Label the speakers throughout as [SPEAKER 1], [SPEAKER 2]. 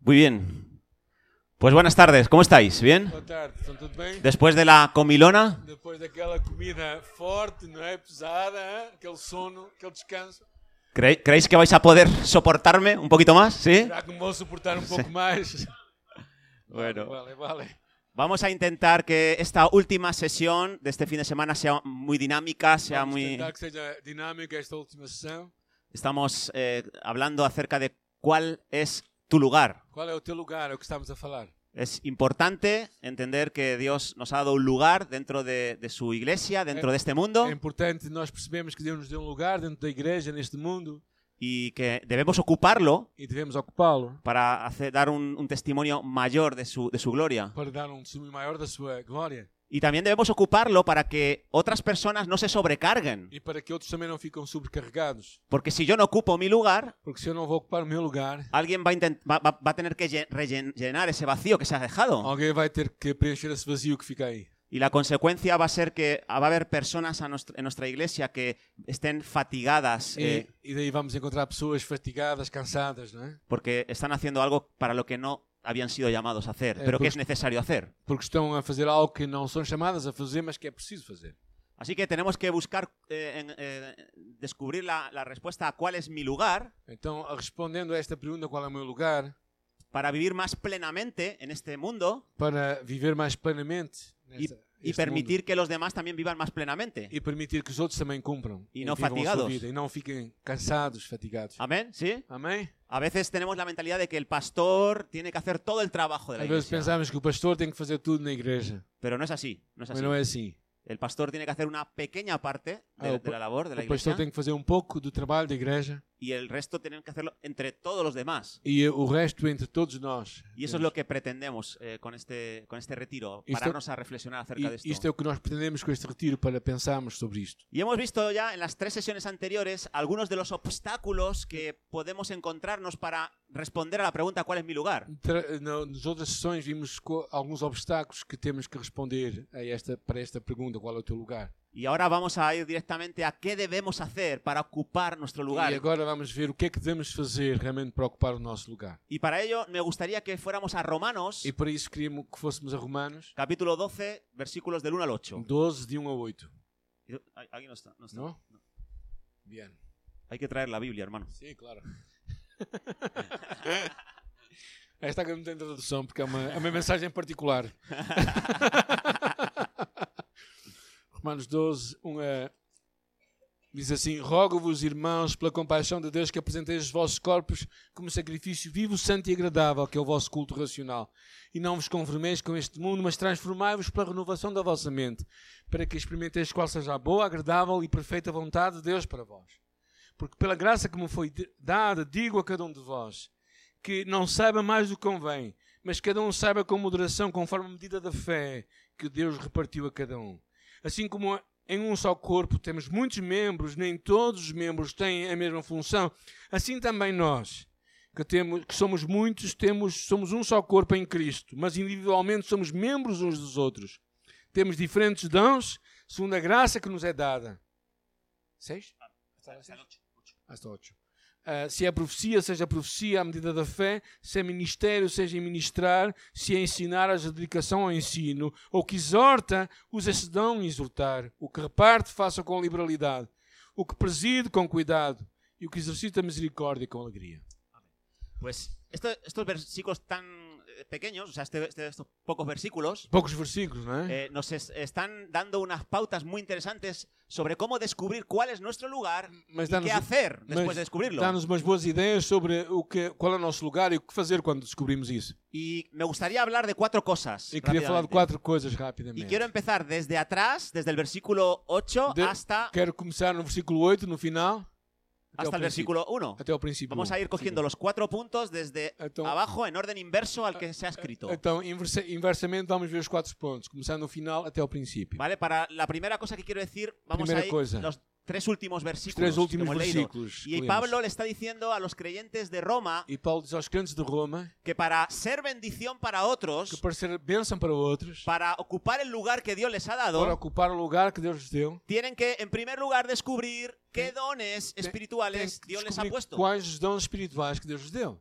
[SPEAKER 1] Muy bien. Pues buenas tardes, ¿cómo estáis? ¿Bien?
[SPEAKER 2] Boa tarde, estão tudo bem?
[SPEAKER 1] Después de la comilona,
[SPEAKER 2] Depois daquela comida forte, não é? Pesada, hã? aquele sono, aquele descanso.
[SPEAKER 1] ¿cre- ¿creéis que vais a poder soportarme un poquito más? ¿Sí?
[SPEAKER 2] Será que me vão suportar um pouco mais?
[SPEAKER 1] Bueno.
[SPEAKER 2] Vale, vale.
[SPEAKER 1] Vamos a intentar que esta última sesión de este fin de semana sea muy dinámica, sea
[SPEAKER 2] Vamos
[SPEAKER 1] muy...
[SPEAKER 2] tentar que seja dinâmica esta última sessão.
[SPEAKER 1] Estamos eh, hablando acerca de cuál es tu lugar.
[SPEAKER 2] Qual é o teu lugar? É o que estamos a falar.
[SPEAKER 1] Es importante entender que Dios nos ha dado un lugar dentro de, de su iglesia, dentro de este mundo,
[SPEAKER 2] É importante nós percebemos que Deus nos deu um lugar dentro da igreja, neste mundo,
[SPEAKER 1] y que debemos ocuparlo
[SPEAKER 2] e devemos ocupá-lo
[SPEAKER 1] para hacer- dar un, un testimonio mayor de su, de su gloria.
[SPEAKER 2] para dar um testemunho maior da sua glória
[SPEAKER 1] Y también debemos ocuparlo para que otras personas no se sobrecarguen.
[SPEAKER 2] e para que outros também não ficam sobrecarregados.
[SPEAKER 1] Porque si yo no ocupo mi lugar,
[SPEAKER 2] Porque se eu não vou ocupar o meu lugar,
[SPEAKER 1] alguien va a, intent- va- va- va a tener que lle- rellen- llenar ese vacío que se ha dejado.
[SPEAKER 2] alguém vai ter que preencher esse vazio que fica aí.
[SPEAKER 1] Y la consecuencia va a ser que va a haber personas a nuestra- en nuestra iglesia que estén fatigadas
[SPEAKER 2] E,
[SPEAKER 1] eh,
[SPEAKER 2] É, e daí vamos encontrar pessoas fatigadas, cansadas, não é?
[SPEAKER 1] porque están haciendo algo para lo que no habían sido llamados a hacer,
[SPEAKER 2] Eh,
[SPEAKER 1] pero que es
[SPEAKER 2] pues-
[SPEAKER 1] necesario hacer.
[SPEAKER 2] Porque estão a fazer algo que não são chamadas a fazer, mas que é preciso fazer.
[SPEAKER 1] Así que tenemos que buscar, eh, en- eh, descubrir la, la respuesta a cuál es mi lugar
[SPEAKER 2] Então, respondendo a esta pergunta, qual é o meu lugar,
[SPEAKER 1] para vivir más plenamente en este mundo
[SPEAKER 2] para viver mais plenamente
[SPEAKER 1] y,
[SPEAKER 2] nesta,
[SPEAKER 1] y
[SPEAKER 2] este
[SPEAKER 1] permitir que los demás también vivan más plenamente.
[SPEAKER 2] mundo, e permitir que os outros também cumpram
[SPEAKER 1] E não
[SPEAKER 2] vivam a sua
[SPEAKER 1] fatigados.
[SPEAKER 2] vida, e não fiquem cansados, fatigados.
[SPEAKER 1] Amén, ¿sí?
[SPEAKER 2] Amém?
[SPEAKER 1] A veces tenemos la mentalidad de que el pastor tiene que hacer todo el trabajo de la
[SPEAKER 2] Às vezes
[SPEAKER 1] iglesia,
[SPEAKER 2] pensamos que o pastor tem que fazer tudo na igreja,
[SPEAKER 1] pero no es así, no es
[SPEAKER 2] mas
[SPEAKER 1] así.
[SPEAKER 2] não é assim.
[SPEAKER 1] El pastor tiene que hacer una pequeña parte de,
[SPEAKER 2] Ah, el
[SPEAKER 1] de la
[SPEAKER 2] pa-
[SPEAKER 1] labor de la
[SPEAKER 2] O pastor
[SPEAKER 1] iglesia
[SPEAKER 2] tem que fazer um pouco do trabalho da igreja
[SPEAKER 1] y el resto tienen que hacerlo entre todos los demás.
[SPEAKER 2] e o resto entre todos nós.
[SPEAKER 1] Y eso es lo é que pretendemos eh, con, este, con este retiro,
[SPEAKER 2] Esto-
[SPEAKER 1] pararnos a reflexionar acerca de
[SPEAKER 2] E isto
[SPEAKER 1] esto.
[SPEAKER 2] é o que nós pretendemos com este retiro para pensarmos sobre isto.
[SPEAKER 1] Y hemos visto ya en las tres sesiones anteriores algunos de los obstáculos que podemos encontrarnos para responder a la pregunta ¿cuál es mi lugar?
[SPEAKER 2] Tra- na- Nas outras sessões vimos co- alguns obstáculos que temos que responder a esta, para esta pergunta: qual é o teu lugar?
[SPEAKER 1] Y ahora vamos a ir directamente a qué debemos hacer para ocupar nuestro lugar.
[SPEAKER 2] E agora vamos ver o que é que devemos fazer realmente para ocupar o nosso lugar.
[SPEAKER 1] Y para ello me gustaría que fuéramos a Romanos,
[SPEAKER 2] E para isso queríamos que fôssemos a Romanos
[SPEAKER 1] capítulo 12, versículos del 1 al 8.
[SPEAKER 2] 12, de 1 a 8.
[SPEAKER 1] Ay, Aquí no está, no está.
[SPEAKER 2] Não? Bien.
[SPEAKER 1] Hay que traer la Biblia, hermano.
[SPEAKER 2] Sim, claro. Esta agora não tem tradução porque é uma, é uma mensagem particular. Romanos 12, 1 a. Diz assim: Rogo-vos, irmãos, pela compaixão de Deus, que apresenteis os vossos corpos como sacrifício vivo, santo e agradável, que é o vosso culto racional. E não vos conformeis com este mundo, mas transformai-vos pela renovação da vossa mente, para que experimenteis qual seja a boa, agradável e perfeita vontade de Deus para vós porque pela graça que me foi de- dada, digo a cada um de vós, que não saiba mais do que convém, mas cada um saiba com moderação, conforme a medida da fé que Deus repartiu a cada um. Assim como em um só corpo temos muitos membros, nem todos os membros têm a mesma função, assim também nós, que, temos, que somos muitos, temos, somos um só corpo em Cristo, mas individualmente somos membros uns dos outros. Temos diferentes dons, segundo a graça que nos é dada. Seis? Hasta ocho. Ah, se é profecia, seja profecia à medida da fé, se é ministério, seja em ministrar, se é ensinar, haja dedicação ao ensino, ou que exorta, usa esse dom em exortar, o que reparte, faça com liberalidade, o que preside, com cuidado, e o que exercita a misericórdia, com alegria.
[SPEAKER 1] Pues esto- estos versículos tan eh, pequeños, o sea, este- este- estos pocos versículos,
[SPEAKER 2] Poucos versículos, não é?
[SPEAKER 1] eh, nos es- están dando unas pautas muy interesantes sobre cómo descubrir cuál es nuestro lugar
[SPEAKER 2] Mas
[SPEAKER 1] y qué hacer después
[SPEAKER 2] mas
[SPEAKER 1] de descubrirlo.
[SPEAKER 2] dá-nos umas boas ideias sobre o que, qual é o nosso lugar e o que fazer quando descobrimos isso.
[SPEAKER 1] Y me gustaría hablar de cuatro cosas.
[SPEAKER 2] Eu queria falar de
[SPEAKER 1] rápidamente.
[SPEAKER 2] quatro coisas
[SPEAKER 1] Y
[SPEAKER 2] rapidamente.
[SPEAKER 1] quiero empezar desde atrás, desde el versículo 8
[SPEAKER 2] De-
[SPEAKER 1] hasta,
[SPEAKER 2] Quero começar no versículo 8, no final. até ao
[SPEAKER 1] hasta el
[SPEAKER 2] princípio.
[SPEAKER 1] versículo 1.
[SPEAKER 2] Até ao princípio.
[SPEAKER 1] Vamos a ir cogiendo los cuatro puntos desde
[SPEAKER 2] Então-
[SPEAKER 1] abajo en orden inverso al que se ha escrito.
[SPEAKER 2] Então, inversa- inversamente, vamos ver os quatro pontos, começando no final até ao princípio.
[SPEAKER 1] Vale, para la primera cosa que quiero decir, vamos
[SPEAKER 2] Primera
[SPEAKER 1] a ir
[SPEAKER 2] cosa.
[SPEAKER 1] los tres últimos versículos.
[SPEAKER 2] Os três
[SPEAKER 1] que
[SPEAKER 2] últimos
[SPEAKER 1] hemos leído.
[SPEAKER 2] versículos. que
[SPEAKER 1] Y
[SPEAKER 2] lemos.
[SPEAKER 1] Pablo le está diciendo a los creyentes de Roma
[SPEAKER 2] E Paulo diz aos crentes de Roma
[SPEAKER 1] que para ser bendición para
[SPEAKER 2] que
[SPEAKER 1] otros,
[SPEAKER 2] para ser bênção para outros,
[SPEAKER 1] para ocupar el lugar que Dios les ha
[SPEAKER 2] para
[SPEAKER 1] dado,
[SPEAKER 2] ocupar o lugar que Deus lhes deu,
[SPEAKER 1] tienen que, en primer lugar, descubrir qué
[SPEAKER 2] Ten-
[SPEAKER 1] dones
[SPEAKER 2] ten- têm
[SPEAKER 1] espirituales
[SPEAKER 2] que
[SPEAKER 1] Dios les ha
[SPEAKER 2] descobrir
[SPEAKER 1] puesto.
[SPEAKER 2] quais os dons espirituais que Deus lhes deu.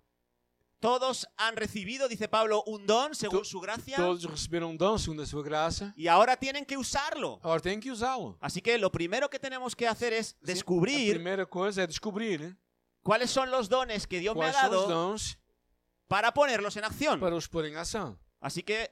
[SPEAKER 1] Todos han recibido, dice Pablo, un don según su gracia
[SPEAKER 2] Todos receberam um dom segundo a sua graça.
[SPEAKER 1] y ahora tienen que usarlo.
[SPEAKER 2] Agora tem que usá-lo.
[SPEAKER 1] Así que lo primero que tenemos que hacer es
[SPEAKER 2] A
[SPEAKER 1] descubrir
[SPEAKER 2] primeira coisa é descobrir né,
[SPEAKER 1] cuáles son los dones que Dios me ha
[SPEAKER 2] quais são os
[SPEAKER 1] dado
[SPEAKER 2] dons
[SPEAKER 1] para ponerlos en acción.
[SPEAKER 2] para os pôr em ação.
[SPEAKER 1] Así que,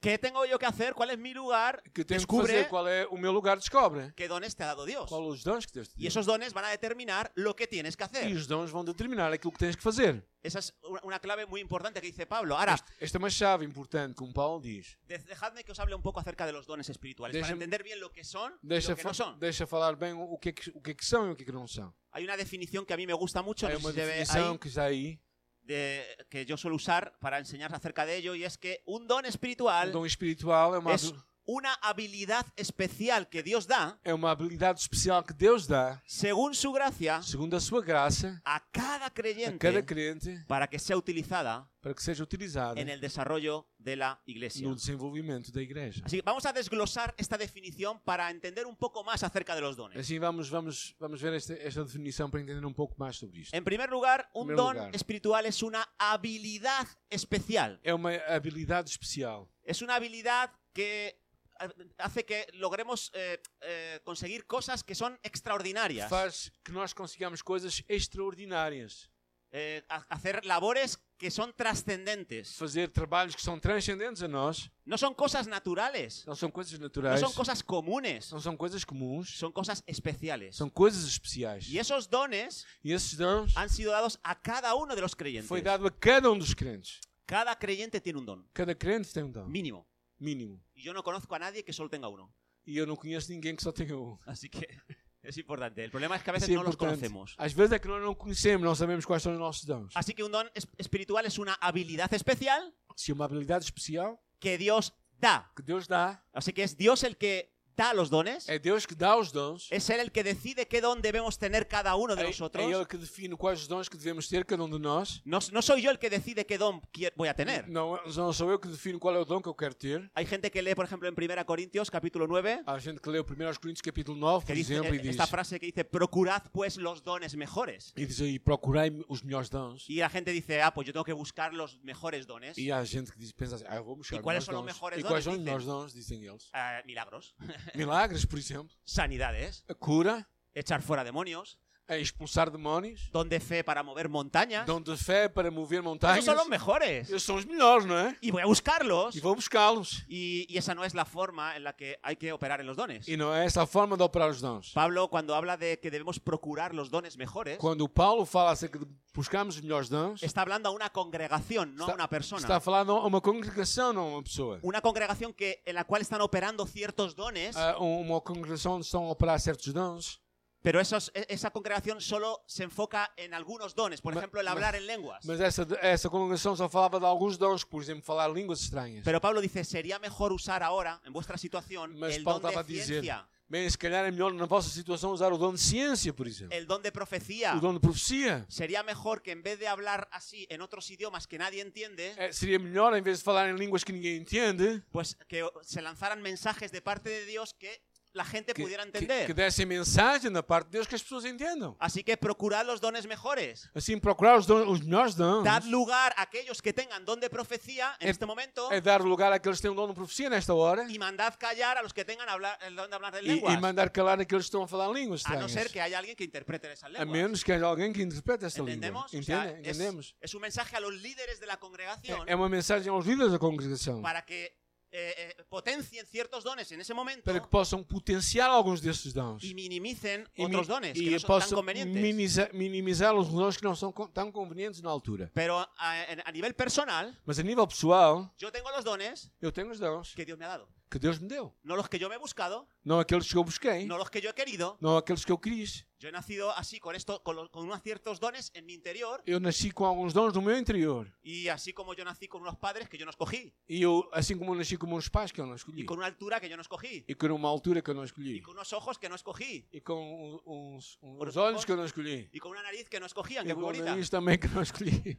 [SPEAKER 1] ¿qué tengo yo que hacer? ¿Cuál es mi lugar?
[SPEAKER 2] Que eu tenho que
[SPEAKER 1] Descubre
[SPEAKER 2] fazer qual é o meu lugar, descobre.
[SPEAKER 1] qué dones te ha dado Dios.
[SPEAKER 2] Qual os dons que Deus te
[SPEAKER 1] Y
[SPEAKER 2] deu.
[SPEAKER 1] esos dones van a determinar lo que tienes que
[SPEAKER 2] E
[SPEAKER 1] hacer.
[SPEAKER 2] os dons vão determinar aquilo que tens que fazer.
[SPEAKER 1] Esa es una- uma clave muy importante que dice Pablo. Ahora,
[SPEAKER 2] Esta é uma chave importante, como Paulo diz.
[SPEAKER 1] de- dejadme que os hable un poco acerca de los dones espirituales para
[SPEAKER 2] Deixa-
[SPEAKER 1] entender bien lo que son y
[SPEAKER 2] Deixa,
[SPEAKER 1] lo que no
[SPEAKER 2] fa-
[SPEAKER 1] son.
[SPEAKER 2] deixa falar bem o, o que é que, o que é que são e o que é que não são.
[SPEAKER 1] Hay una definición que a mí me gusta mucho,
[SPEAKER 2] É
[SPEAKER 1] no sé
[SPEAKER 2] uma
[SPEAKER 1] si se ve
[SPEAKER 2] definição
[SPEAKER 1] ahí,
[SPEAKER 2] que está aí.
[SPEAKER 1] de- que yo suelo usar para enseñar acerca de ello, y es que un don
[SPEAKER 2] Um
[SPEAKER 1] espiritual
[SPEAKER 2] dom espiritual é uma,
[SPEAKER 1] es
[SPEAKER 2] habi-
[SPEAKER 1] una habilidad especial que Dios da,
[SPEAKER 2] é uma habilidade especial que Deus dá,
[SPEAKER 1] según su gracia,
[SPEAKER 2] segundo a sua graça,
[SPEAKER 1] a cada
[SPEAKER 2] a cada
[SPEAKER 1] creyente
[SPEAKER 2] crente,
[SPEAKER 1] para que sea utilizada
[SPEAKER 2] para que seja utilizada
[SPEAKER 1] en el desarrollo de la iglesia.
[SPEAKER 2] no desenvolvimento da igreja.
[SPEAKER 1] Así que vamos a desglosar esta definición para entender un poco más acerca de los dones.
[SPEAKER 2] Assim vamos, vamos, vamos ver esta, esta definição para entender um pouco mais sobre isto.
[SPEAKER 1] En primer lugar, un
[SPEAKER 2] Primer
[SPEAKER 1] don
[SPEAKER 2] lugar.
[SPEAKER 1] espiritual es una habilidad especial.
[SPEAKER 2] É uma habilidade especial.
[SPEAKER 1] Es una habilidad que eh, hace que logremos eh, eh, conseguir cosas que son extraordinarias.
[SPEAKER 2] Faz que nós consigamos coisas extraordinárias.
[SPEAKER 1] Eh, ha- hacer labores que son trascendentes.
[SPEAKER 2] Fazer trabalhos que são transcendentes a nós.
[SPEAKER 1] No son cosas naturales,
[SPEAKER 2] Não são coisas
[SPEAKER 1] no
[SPEAKER 2] naturais.
[SPEAKER 1] son cosas comunes,
[SPEAKER 2] Não são coisas comuns.
[SPEAKER 1] son cosas especiales.
[SPEAKER 2] São coisas especiais.
[SPEAKER 1] Y esos dones
[SPEAKER 2] E esses dons
[SPEAKER 1] han sido dados a cada uno de los
[SPEAKER 2] foi
[SPEAKER 1] creyentes.
[SPEAKER 2] dado a cada um dos crentes.
[SPEAKER 1] Cada creyente tiene un don,
[SPEAKER 2] Cada crente tem um dom.
[SPEAKER 1] mínimo.
[SPEAKER 2] Mínimo.
[SPEAKER 1] Y yo no conozco a nadie que solo tenga uno.
[SPEAKER 2] E eu não conheço ninguém que só tenha um.
[SPEAKER 1] Así que es importante. El problema es que a
[SPEAKER 2] Isso
[SPEAKER 1] veces
[SPEAKER 2] é
[SPEAKER 1] no los
[SPEAKER 2] importante.
[SPEAKER 1] conocemos.
[SPEAKER 2] Às vezes é que nós não conhecemos, não sabemos quais são os nossos dons.
[SPEAKER 1] Así que un don es- espiritual es una habilidad especial
[SPEAKER 2] Se é uma habilidade especial
[SPEAKER 1] que Dios da.
[SPEAKER 2] que Deus dá,
[SPEAKER 1] Así que es Dios el que da los dones.
[SPEAKER 2] é Deus que dá os dons.
[SPEAKER 1] Es Él el que decide qué don debemos tener cada uno de
[SPEAKER 2] É- É Ele
[SPEAKER 1] nosotros.
[SPEAKER 2] É que define quais os dons que devemos ter, cada um de nós.
[SPEAKER 1] No, no soy yo el que decide qué don qui- voy a tener.
[SPEAKER 2] Não, não sou eu que defino qual é o dom que eu quero ter.
[SPEAKER 1] Hay gente que lee, por ejemplo, en 1 Corintios, capítulo 9,
[SPEAKER 2] Há gente que lê o 1 aos Coríntios capítulo 9,
[SPEAKER 1] que
[SPEAKER 2] por
[SPEAKER 1] dice
[SPEAKER 2] exemplo, e
[SPEAKER 1] eh,
[SPEAKER 2] diz,
[SPEAKER 1] esta frase que dice, procurad pues los dones mejores.
[SPEAKER 2] e diz aí, procurai os melhores dons.
[SPEAKER 1] Y la gente dice, ah, pues yo tengo que buscar los mejores dones.
[SPEAKER 2] E há gente que diz, pensa assim, ah, eu vou buscar
[SPEAKER 1] E
[SPEAKER 2] os
[SPEAKER 1] quais
[SPEAKER 2] melhores
[SPEAKER 1] são os
[SPEAKER 2] dons.
[SPEAKER 1] melhores
[SPEAKER 2] E quais
[SPEAKER 1] dons,
[SPEAKER 2] são os
[SPEAKER 1] dizem?
[SPEAKER 2] melhores dons, dizem eles.
[SPEAKER 1] Ah, milagros,
[SPEAKER 2] Milagres, por exemplo.
[SPEAKER 1] sanidades,
[SPEAKER 2] A cura,
[SPEAKER 1] echar fuera demonios,
[SPEAKER 2] a expulsar demónios.
[SPEAKER 1] don de fe para mover montañas.
[SPEAKER 2] Dom de fé para mover montanhas.
[SPEAKER 1] Esos son los mejores.
[SPEAKER 2] Eles são os melhores, não é?
[SPEAKER 1] Y voy a buscarlos.
[SPEAKER 2] E vou buscá-los.
[SPEAKER 1] Y, y esa no es la forma en la que hay que operar en los dones.
[SPEAKER 2] E não é essa a forma de operar os dons.
[SPEAKER 1] Pablo, cuando habla de que debemos procurar los dones mejores,
[SPEAKER 2] Quando o Paulo fala acerca de buscarmos os melhores dons,
[SPEAKER 1] está hablando a una congregación, no a una
[SPEAKER 2] está a
[SPEAKER 1] persona.
[SPEAKER 2] falar a uma congregação, não a uma pessoa.
[SPEAKER 1] Una congregación que, en la cual están operando ciertos dones,
[SPEAKER 2] A Ah, um, uma congregação onde estão a operar certos dons,
[SPEAKER 1] pero esos- e- esa congregación solo se enfoca en algunos dones, por
[SPEAKER 2] Ma-
[SPEAKER 1] ejemplo, el
[SPEAKER 2] ma-
[SPEAKER 1] hablar en lenguas.
[SPEAKER 2] mas essa, essa congregação só falava de alguns dons, por exemplo, falar línguas estranhas.
[SPEAKER 1] Pero Pablo dice, sería mejor usar ahora, en vuestra situación,
[SPEAKER 2] Mas
[SPEAKER 1] el don
[SPEAKER 2] Paulo estava a
[SPEAKER 1] de
[SPEAKER 2] dizer:
[SPEAKER 1] ciencia,
[SPEAKER 2] bem, se calhar é melhor na vossa situação usar o dom de ciência, por exemplo,
[SPEAKER 1] el don de profecía.
[SPEAKER 2] o dom de profecia.
[SPEAKER 1] Sería mejor que en vez de hablar así en otros idiomas que nadie entiende,
[SPEAKER 2] É, seria melhor, em vez de falar em línguas que ninguém entende,
[SPEAKER 1] pues que se lanzaran mensajes de parte de Dios que la gente
[SPEAKER 2] que,
[SPEAKER 1] pudiera
[SPEAKER 2] que,
[SPEAKER 1] entender.
[SPEAKER 2] que dessem mensagem da parte de Deus que as pessoas entendam.
[SPEAKER 1] Así que procurad los dones mejores.
[SPEAKER 2] Assim, procurar os, dons, os melhores dons
[SPEAKER 1] Dad lugar a aquellos que tengan don de profecía Ah. en
[SPEAKER 2] Eh,
[SPEAKER 1] este momento
[SPEAKER 2] é dar lugar àqueles que têm um dom de profecia nesta hora
[SPEAKER 1] y mandad callar a los que tengan hablar- el don de hablar de
[SPEAKER 2] e,
[SPEAKER 1] lenguas.
[SPEAKER 2] e mandar calar aqueles que estão a falar línguas
[SPEAKER 1] A no
[SPEAKER 2] estranhas.
[SPEAKER 1] ser que haya alguien que interprete esas
[SPEAKER 2] A
[SPEAKER 1] lenguas.
[SPEAKER 2] menos que haja alguém que interprete esta língua.
[SPEAKER 1] ¿Entendemos? O sea,
[SPEAKER 2] Entende?
[SPEAKER 1] es,
[SPEAKER 2] Entendemos. Eh,
[SPEAKER 1] es un mensaje a los líderes de la congregación
[SPEAKER 2] É, é uma mensagem aos líderes da congregação
[SPEAKER 1] para que eh, eh, potencien ciertos dones en ese momento
[SPEAKER 2] para que possam potenciar alguns desses dons
[SPEAKER 1] y minimicen
[SPEAKER 2] mi-
[SPEAKER 1] otros dones que
[SPEAKER 2] e
[SPEAKER 1] no son tan
[SPEAKER 2] possam
[SPEAKER 1] convenientes.
[SPEAKER 2] minimiza- minimizar os dons que não são con- tão convenientes na altura.
[SPEAKER 1] Pero a- en- a nivel personal,
[SPEAKER 2] Mas a nível pessoal,
[SPEAKER 1] Yo tengo los dones
[SPEAKER 2] eu tenho os dons
[SPEAKER 1] que Dios me ha dado.
[SPEAKER 2] que Deus me deu.
[SPEAKER 1] No los que yo me he buscado,
[SPEAKER 2] Não aqueles que eu busquei,
[SPEAKER 1] no los que yo he querido.
[SPEAKER 2] não aqueles que eu quis.
[SPEAKER 1] Yo he nacido así, con, esto, con, lo- con unos ciertos dones en mi interior.
[SPEAKER 2] Eu nasci com alguns dons no meu interior.
[SPEAKER 1] Y así como yo nací con unos padres que yo no escogí.
[SPEAKER 2] E eu, assim como eu nasci com meus pais que eu não
[SPEAKER 1] Y
[SPEAKER 2] escolhi.
[SPEAKER 1] con una altura que yo no escogí.
[SPEAKER 2] E com uma altura que eu não escolhi.
[SPEAKER 1] Y con unos ojos que no escogí.
[SPEAKER 2] E com uns, uns
[SPEAKER 1] Por
[SPEAKER 2] olhos
[SPEAKER 1] ojos.
[SPEAKER 2] que eu não escolhi.
[SPEAKER 1] Y con una nariz que no escogían,
[SPEAKER 2] E
[SPEAKER 1] que
[SPEAKER 2] com
[SPEAKER 1] muy
[SPEAKER 2] o
[SPEAKER 1] bonita.
[SPEAKER 2] nariz também que não escolhi.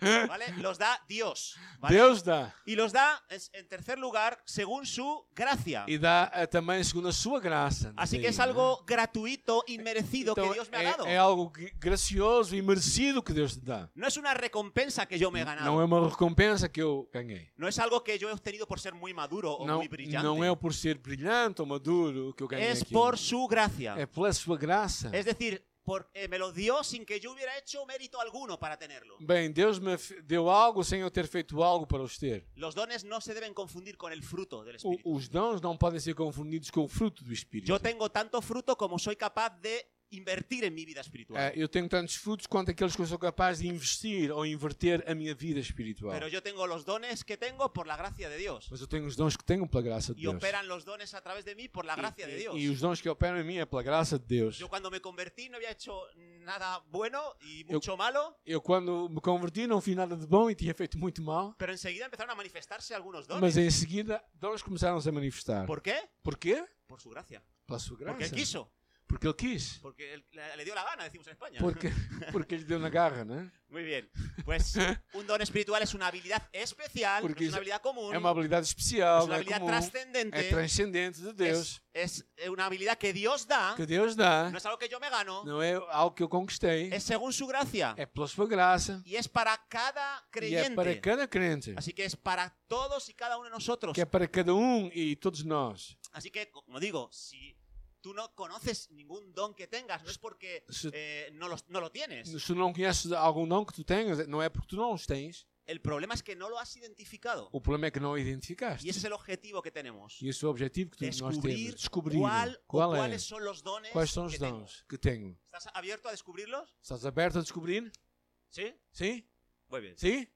[SPEAKER 1] ¿vale? Los da Dios. ¿vale?
[SPEAKER 2] Deus dá.
[SPEAKER 1] Y los da, es- en tercer lugar, según su gracia.
[SPEAKER 2] E dá eh, também segundo a sua graça.
[SPEAKER 1] Así Assim que
[SPEAKER 2] Daí,
[SPEAKER 1] es
[SPEAKER 2] né?
[SPEAKER 1] algo gratuito y merecido que
[SPEAKER 2] Então,
[SPEAKER 1] Dios me ha dado.
[SPEAKER 2] é, é algo que- gracioso e merecido que Deus te dá.
[SPEAKER 1] No es una recompensa que yo me he
[SPEAKER 2] Não é
[SPEAKER 1] ganado.
[SPEAKER 2] uma recompensa que eu ganhei.
[SPEAKER 1] No es algo que yo he obtenido por ser muy maduro o
[SPEAKER 2] Não,
[SPEAKER 1] muy brillante.
[SPEAKER 2] não é por ser brilhante ou maduro que eu ganhei
[SPEAKER 1] es
[SPEAKER 2] aquilo.
[SPEAKER 1] por su gracia.
[SPEAKER 2] É pela sua graça.
[SPEAKER 1] Es decir, por- eh, me lo dio sin que yo hubiera hecho mérito alguno para tenerlo.
[SPEAKER 2] Bem, Deus me f- deu algo sem eu ter feito algo para os ter.
[SPEAKER 1] Los dones no se deben confundir con el fruto del Espíritu.
[SPEAKER 2] O, os dons não podem ser confundidos com o fruto do Espírito.
[SPEAKER 1] Yo tengo tanto fruto como soy capaz de invertir en mi vida espiritual.
[SPEAKER 2] É, eu tenho tantos frutos quanto aqueles que eu sou capaz de investir ou inverter a minha vida espiritual.
[SPEAKER 1] Pero yo tengo los dones que tenho por la gracia de Dios.
[SPEAKER 2] Mas eu tenho os dons que tenho pela graça de
[SPEAKER 1] Y
[SPEAKER 2] Deus.
[SPEAKER 1] operan los dones a través de mí por la gracia de Dios.
[SPEAKER 2] E os dons que operam em mim é pela graça de Deus.
[SPEAKER 1] Yo cuando me convertí no había hecho nada bueno y mucho malo,
[SPEAKER 2] Eu, quando me converti, não fiz nada de bom e tinha feito muito mal.
[SPEAKER 1] pero enseguida empezaron a manifestarse algunos dones.
[SPEAKER 2] Mas em seguida, dons começaram -se a manifestar.
[SPEAKER 1] ¿Por qué?
[SPEAKER 2] Porquê?
[SPEAKER 1] Por su gracia.
[SPEAKER 2] Pela sua graça.
[SPEAKER 1] Porque él quiso.
[SPEAKER 2] Porque ele quis.
[SPEAKER 1] Porque él- le le dio la gana, decimos en España.
[SPEAKER 2] Porque, porque lhe deu na garra, né?
[SPEAKER 1] Muy bien. Pues un don espiritual es una habilidad especial,
[SPEAKER 2] Porque
[SPEAKER 1] no es
[SPEAKER 2] es-
[SPEAKER 1] una habilidad común,
[SPEAKER 2] É uma habilidade
[SPEAKER 1] es
[SPEAKER 2] especial,
[SPEAKER 1] una
[SPEAKER 2] não é
[SPEAKER 1] habilidad
[SPEAKER 2] comum. É
[SPEAKER 1] trascendente.
[SPEAKER 2] transcendente de
[SPEAKER 1] Es,
[SPEAKER 2] Deus.
[SPEAKER 1] es una habilidad que Dios da,
[SPEAKER 2] Que Deus dá.
[SPEAKER 1] no es algo que yo me gano,
[SPEAKER 2] Não é algo que eu conquistei.
[SPEAKER 1] es según su gracia
[SPEAKER 2] É pela sua graça.
[SPEAKER 1] y es para cada
[SPEAKER 2] E é para
[SPEAKER 1] creyente. Assim,
[SPEAKER 2] cada crente.
[SPEAKER 1] Así que es para todos y cada uno de nosotros.
[SPEAKER 2] Que é para cada um e todos nós.
[SPEAKER 1] Así que, como digo, si tú no conoces ningún don que tengas, no es porque
[SPEAKER 2] Se-
[SPEAKER 1] eh, no, los- no lo tienes.
[SPEAKER 2] Se tu não conheces algum dom que tu tenhas, não é porque tu não os tens.
[SPEAKER 1] El problema es que no lo has identificado.
[SPEAKER 2] O problema é que não o identificaste.
[SPEAKER 1] Y esse es el objetivo que tenemos.
[SPEAKER 2] E esse é o objetivo que tu, nós temos.
[SPEAKER 1] Descubrir
[SPEAKER 2] Descobrir
[SPEAKER 1] cuál, o
[SPEAKER 2] qual é.
[SPEAKER 1] cuáles son los dones
[SPEAKER 2] Quais são os
[SPEAKER 1] que tengo.
[SPEAKER 2] dons que tenho.
[SPEAKER 1] ¿Estás abierto a descubrirlos?
[SPEAKER 2] Estás aberto a descobrir?
[SPEAKER 1] Sí.
[SPEAKER 2] Sim?
[SPEAKER 1] Muy bien.
[SPEAKER 2] Sim?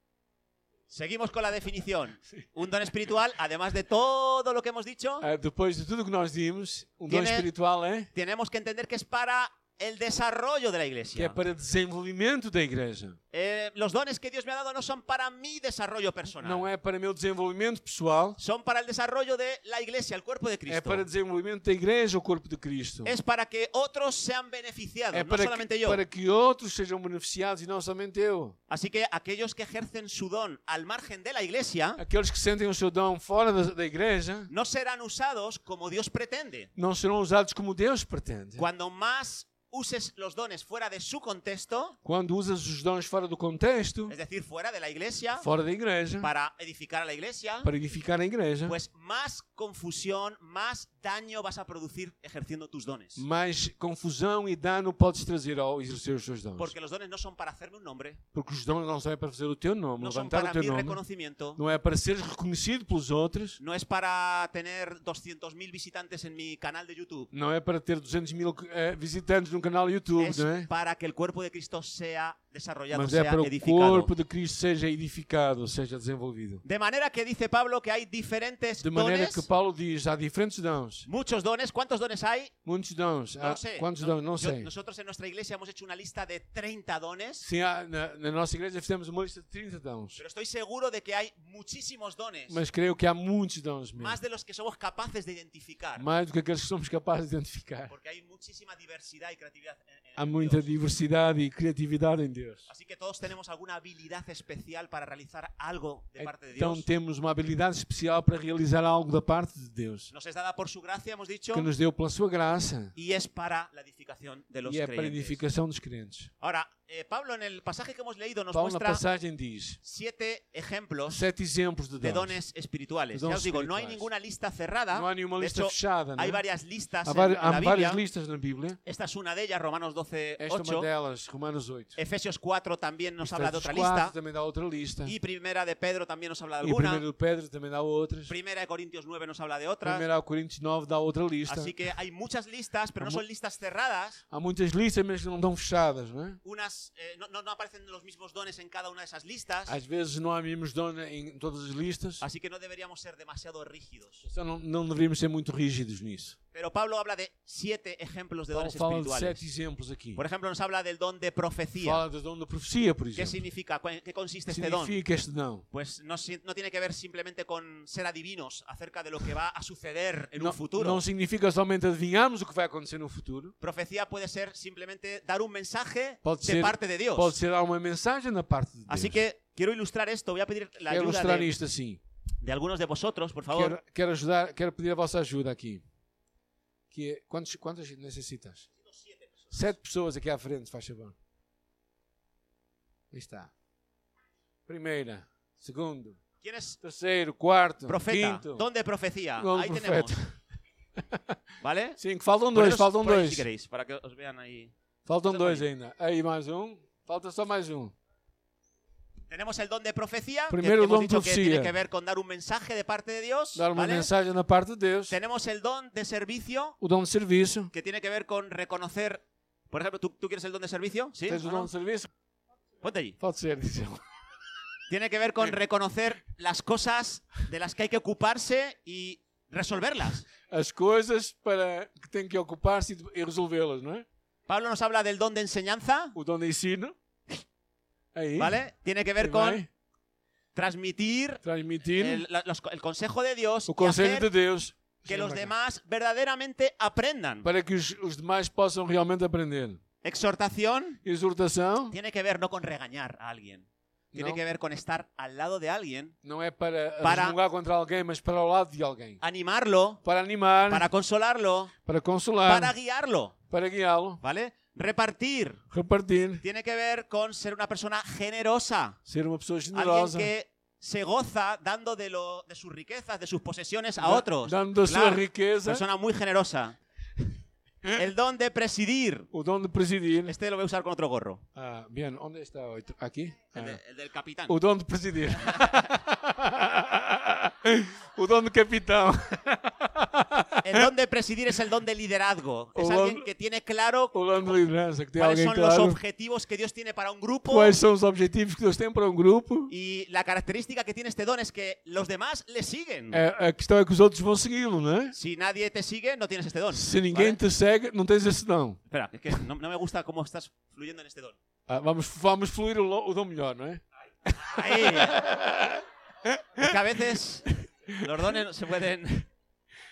[SPEAKER 1] Seguimos con la definición. Un don espiritual, además de todo lo que hemos dicho,
[SPEAKER 2] Ah, depois de tudo o que nós vimos, um dom
[SPEAKER 1] Tiene-
[SPEAKER 2] espiritual é
[SPEAKER 1] tenemos que entender que es para el desarrollo de la
[SPEAKER 2] que é
[SPEAKER 1] iglesia.
[SPEAKER 2] para desenvolvimento da igreja.
[SPEAKER 1] Eh, los dones que Dios me ha dado no son para mi desarrollo
[SPEAKER 2] Não
[SPEAKER 1] personal.
[SPEAKER 2] é para meu desenvolvimento pessoal,
[SPEAKER 1] Son para el desarrollo de la iglesia, el cuerpo de
[SPEAKER 2] é
[SPEAKER 1] Cristo.
[SPEAKER 2] para desenvolvimento da igreja, o corpo de Cristo.
[SPEAKER 1] Es para que otros sean beneficiados,
[SPEAKER 2] É
[SPEAKER 1] no
[SPEAKER 2] para
[SPEAKER 1] solamente
[SPEAKER 2] que,
[SPEAKER 1] yo.
[SPEAKER 2] para que outros sejam beneficiados e não somente eu.
[SPEAKER 1] Así que aquellos que ejercen su don al margen de la iglesia
[SPEAKER 2] Aqueles que sentem o seu dom fora da, da igreja
[SPEAKER 1] no serán usados como Dios pretende.
[SPEAKER 2] não serão usados como Deus pretende.
[SPEAKER 1] Cuando más uses los dones fuera de su contexto,
[SPEAKER 2] Quando usas os dons fora do contexto,
[SPEAKER 1] es decir, fuera de la iglesia,
[SPEAKER 2] fora da igreja,
[SPEAKER 1] para edificar a la iglesia,
[SPEAKER 2] para edificar a igreja,
[SPEAKER 1] pues más confusión, más daño vas a producir ejerciendo tus dones.
[SPEAKER 2] mais confusão e dano podes trazer ao exercer os teus dons.
[SPEAKER 1] Porque los dones no son para hacerme un nombre,
[SPEAKER 2] Porque os dons não são é para fazer o teu nome,
[SPEAKER 1] no son
[SPEAKER 2] levantar
[SPEAKER 1] para
[SPEAKER 2] o teu
[SPEAKER 1] mi
[SPEAKER 2] nome.
[SPEAKER 1] reconocimiento,
[SPEAKER 2] Não é para seres reconhecido pelos outros.
[SPEAKER 1] no es para tener 200.000 visitantes en mi canal de YouTube.
[SPEAKER 2] Não é para ter 200 mil eh, visitantes no eh. canal YouTube,
[SPEAKER 1] Es
[SPEAKER 2] não é?
[SPEAKER 1] para que el cuerpo de Cristo sea desarrollado,
[SPEAKER 2] Mas é
[SPEAKER 1] sea
[SPEAKER 2] para o
[SPEAKER 1] edificado.
[SPEAKER 2] corpo de Cristo seja edificado, seja desenvolvido.
[SPEAKER 1] De manera que dice Pablo que hay diferentes
[SPEAKER 2] De maneira
[SPEAKER 1] dones,
[SPEAKER 2] que Paulo diz, há diferentes dons.
[SPEAKER 1] muchos dones. ¿Cuántos dones hay?
[SPEAKER 2] Muitos dons.
[SPEAKER 1] No
[SPEAKER 2] Há,
[SPEAKER 1] lo sé.
[SPEAKER 2] quantos
[SPEAKER 1] No-
[SPEAKER 2] dons? Não
[SPEAKER 1] yo-
[SPEAKER 2] sei.
[SPEAKER 1] nosotros en nuestra iglesia hemos hecho una lista de 30 dones,
[SPEAKER 2] Sim, há- na, na nossa igreja fizemos uma lista de 30 dons.
[SPEAKER 1] pero estoy seguro de que hay muchísimos dones,
[SPEAKER 2] Mas creio que há muitos dons
[SPEAKER 1] más
[SPEAKER 2] mesmo.
[SPEAKER 1] de los que somos capaces de identificar,
[SPEAKER 2] Mais do que aqueles que somos capazes de identificar.
[SPEAKER 1] porque hay muchísima diversidad y creatividad. en- en
[SPEAKER 2] Há
[SPEAKER 1] Dios.
[SPEAKER 2] muita diversidade e criatividade em Deus.
[SPEAKER 1] Así que todos tenemos alguna habilidad especial para realizar algo de parte de
[SPEAKER 2] Então
[SPEAKER 1] Dios.
[SPEAKER 2] temos uma habilidade especial para realizar algo da parte de Deus.
[SPEAKER 1] Nos es dada por su gracia, hemos dicho,
[SPEAKER 2] Que nos deu pela sua graça.
[SPEAKER 1] y es para la edificación de los
[SPEAKER 2] E é para a
[SPEAKER 1] creyentes.
[SPEAKER 2] edificação dos crentes.
[SPEAKER 1] Ahora, eh, Pablo en el pasaje que hemos leído nos
[SPEAKER 2] Paulo na
[SPEAKER 1] muestra
[SPEAKER 2] passagem diz
[SPEAKER 1] siete ejemplos
[SPEAKER 2] sete exemplos de
[SPEAKER 1] de
[SPEAKER 2] dons.
[SPEAKER 1] dones espirituales.
[SPEAKER 2] De dones
[SPEAKER 1] ya os digo, no hay
[SPEAKER 2] espirituales.
[SPEAKER 1] ninguna lista cerrada.
[SPEAKER 2] Não há nenhuma
[SPEAKER 1] de
[SPEAKER 2] lista
[SPEAKER 1] hecho,
[SPEAKER 2] fechada, né?
[SPEAKER 1] hay varias listas
[SPEAKER 2] Há,
[SPEAKER 1] en-
[SPEAKER 2] vari-
[SPEAKER 1] en,
[SPEAKER 2] há
[SPEAKER 1] la Biblia.
[SPEAKER 2] várias listas na Bíblia.
[SPEAKER 1] Esta es una de ellas, Romanos 12,
[SPEAKER 2] Esta é
[SPEAKER 1] 8.
[SPEAKER 2] uma delas, Romanos 8.
[SPEAKER 1] Efesios 4 también nos habla de
[SPEAKER 2] Efésios
[SPEAKER 1] otra
[SPEAKER 2] 4
[SPEAKER 1] lista.
[SPEAKER 2] também dá outra lista.
[SPEAKER 1] Y Primera de Pedro también nos habla de
[SPEAKER 2] E
[SPEAKER 1] alguna.
[SPEAKER 2] 1 Pedro também dá outras.
[SPEAKER 1] Primera de Corintios 9 nos habla de otra.
[SPEAKER 2] 1 Coríntios 9 dá outra lista.
[SPEAKER 1] Así que hay muchas listas, pero no son listas cerradas.
[SPEAKER 2] Há muitas listas, mas que não estão fechadas, não é?
[SPEAKER 1] Unas, eh, no, no- no aparecen los mismos dones en cada una de esas listas.
[SPEAKER 2] Às vezes não há mesmo dono em todas as listas.
[SPEAKER 1] Así que no deberíamos ser demasiado rígidos.
[SPEAKER 2] Então não, não deveríamos ser muito rígidos nisso.
[SPEAKER 1] Pero Pablo habla de siete ejemplos de
[SPEAKER 2] Paulo
[SPEAKER 1] dones
[SPEAKER 2] fala de
[SPEAKER 1] espirituales.
[SPEAKER 2] sete exemplos aqui.
[SPEAKER 1] Por ejemplo, nos habla del don de profecía.
[SPEAKER 2] Fala do dom da profecia, por
[SPEAKER 1] ¿Qué
[SPEAKER 2] exemplo.
[SPEAKER 1] significa? ¿Cu- ¿Qué consiste este don?
[SPEAKER 2] Significa este dom.
[SPEAKER 1] Pues no, si- no tiene que ver simplemente con ser adivinos acerca de lo que va a suceder en
[SPEAKER 2] Não,
[SPEAKER 1] un É futuro.
[SPEAKER 2] não significa somente adivinharmos o que vai acontecer no futuro.
[SPEAKER 1] Profecía puede ser simplemente dar un mensaje
[SPEAKER 2] Pode
[SPEAKER 1] de
[SPEAKER 2] ser-
[SPEAKER 1] parte de Dios.
[SPEAKER 2] Pode ser dar uma mensagem na parte de Deus.
[SPEAKER 1] Así Assim que Quiero ilustrar esto, voy a pedir la
[SPEAKER 2] Quero
[SPEAKER 1] ayuda
[SPEAKER 2] ilustrar
[SPEAKER 1] de,
[SPEAKER 2] isto assim.
[SPEAKER 1] de algunos de vosotros, por favor.
[SPEAKER 2] Quero, quero ajudar, quero pedir a vossa ajuda aqui. Que é, quantos, quantas necessitas? Sete pessoas aqui à frente, faz favor. Aí está. Primeira, segundo,
[SPEAKER 1] ¿Quién es
[SPEAKER 2] terceiro, quarto,
[SPEAKER 1] profeta?
[SPEAKER 2] quinto.
[SPEAKER 1] ¿Dónde profecía?
[SPEAKER 2] Não,
[SPEAKER 1] Ahí
[SPEAKER 2] profeta.
[SPEAKER 1] tenemos. ¿Vale?
[SPEAKER 2] Cinco, faltam dois,
[SPEAKER 1] Poneros
[SPEAKER 2] faltam
[SPEAKER 1] por ahí
[SPEAKER 2] dois.
[SPEAKER 1] si queréis, para que os vean ahí.
[SPEAKER 2] Faltam
[SPEAKER 1] Falta
[SPEAKER 2] dois
[SPEAKER 1] mais.
[SPEAKER 2] ainda. Aí mais um. Falta só mais um.
[SPEAKER 1] Tenemos el don de profecía,
[SPEAKER 2] Primero
[SPEAKER 1] que
[SPEAKER 2] el
[SPEAKER 1] hemos
[SPEAKER 2] don
[SPEAKER 1] dicho que
[SPEAKER 2] profecía.
[SPEAKER 1] tiene que ver con dar un mensaje de parte de Dios.
[SPEAKER 2] Dar uma
[SPEAKER 1] ¿vale?
[SPEAKER 2] mensagem na parte de Deus.
[SPEAKER 1] Tenemos el don de servicio,
[SPEAKER 2] O dom de serviço.
[SPEAKER 1] que tiene que ver con reconocer. Por ejemplo, ¿tú, tú quieres el don de servicio? ¿Sí?
[SPEAKER 2] Tens o
[SPEAKER 1] Ah,
[SPEAKER 2] dom de serviço?
[SPEAKER 1] Ponte allí.
[SPEAKER 2] Pode ser. diz ele.
[SPEAKER 1] Tiene que ver con reconocer las cosas de las que hay que ocuparse y resolverlas.
[SPEAKER 2] As coisas para que tem que ocupar-se e resolvê-las, não é?
[SPEAKER 1] Pablo nos habla del don de enseñanza,
[SPEAKER 2] O dom de ensino. Aí.
[SPEAKER 1] ¿vale? Tiene que ver
[SPEAKER 2] aí vai.
[SPEAKER 1] con transmitir
[SPEAKER 2] Transmitir
[SPEAKER 1] el, la- los- el consejo de Dios
[SPEAKER 2] o
[SPEAKER 1] y
[SPEAKER 2] conselho de
[SPEAKER 1] hacer
[SPEAKER 2] Deus.
[SPEAKER 1] que
[SPEAKER 2] Chega
[SPEAKER 1] los
[SPEAKER 2] para cá.
[SPEAKER 1] demás verdaderamente aprendan.
[SPEAKER 2] Para que os, os demais possam realmente aprender.
[SPEAKER 1] Exhortación
[SPEAKER 2] Exortação
[SPEAKER 1] tiene que ver no con regañar a alguien, tiene
[SPEAKER 2] No.
[SPEAKER 1] que ver con estar al lado de alguien,
[SPEAKER 2] não é para,
[SPEAKER 1] Para-
[SPEAKER 2] resmungar contra alguém, mas para o lado de alguém.
[SPEAKER 1] animarlo,
[SPEAKER 2] Para animar, para,
[SPEAKER 1] para consolarlo,
[SPEAKER 2] consolar,
[SPEAKER 1] para
[SPEAKER 2] para,
[SPEAKER 1] guiarlo,
[SPEAKER 2] guiá-lo.
[SPEAKER 1] ¿vale? Repartir
[SPEAKER 2] Repartir.
[SPEAKER 1] tiene que ver con ser una persona generosa,
[SPEAKER 2] Ser uma pessoa
[SPEAKER 1] alguien
[SPEAKER 2] generosa.
[SPEAKER 1] que se goza dando de, lo, de sus riquezas, de sus posesiones a
[SPEAKER 2] da-
[SPEAKER 1] otros.
[SPEAKER 2] Dando a sua
[SPEAKER 1] Claro,
[SPEAKER 2] riqueza.
[SPEAKER 1] persona muy generosa. El don de presidir.
[SPEAKER 2] O dom de presidir.
[SPEAKER 1] Este lo voy a usar con otro gorro.
[SPEAKER 2] Ah, bien, onde está outro? Aqui?
[SPEAKER 1] El, de-
[SPEAKER 2] Ah.
[SPEAKER 1] el del capitán.
[SPEAKER 2] O dom de presidir. o dom de capitão.
[SPEAKER 1] El don de presidir es el don de liderazgo. Es
[SPEAKER 2] O
[SPEAKER 1] alguien
[SPEAKER 2] don-
[SPEAKER 1] que tiene claro
[SPEAKER 2] O dom de liderança, que tem
[SPEAKER 1] cuáles
[SPEAKER 2] alguém
[SPEAKER 1] son los
[SPEAKER 2] claro. Pues
[SPEAKER 1] objetivos que Dios tiene para un grupo.
[SPEAKER 2] Quais são os objetivos que Deus tem para um grupo?
[SPEAKER 1] Y la característica que tiene este don es que los demás le siguen.
[SPEAKER 2] A, a questão é que os outros vão segui-lo, não é?
[SPEAKER 1] Si nadie te sigue, no tienes este don.
[SPEAKER 2] Se ninguém
[SPEAKER 1] ¿vale?
[SPEAKER 2] te segue, não tens esse dom.
[SPEAKER 1] Espera, es que no, no me gusta cómo estás fluyendo en este don.
[SPEAKER 2] Ah, vamos, vamos fluir o, lo- o dom melhor, não é?
[SPEAKER 1] Ahí. Es que a veces los dones se pueden.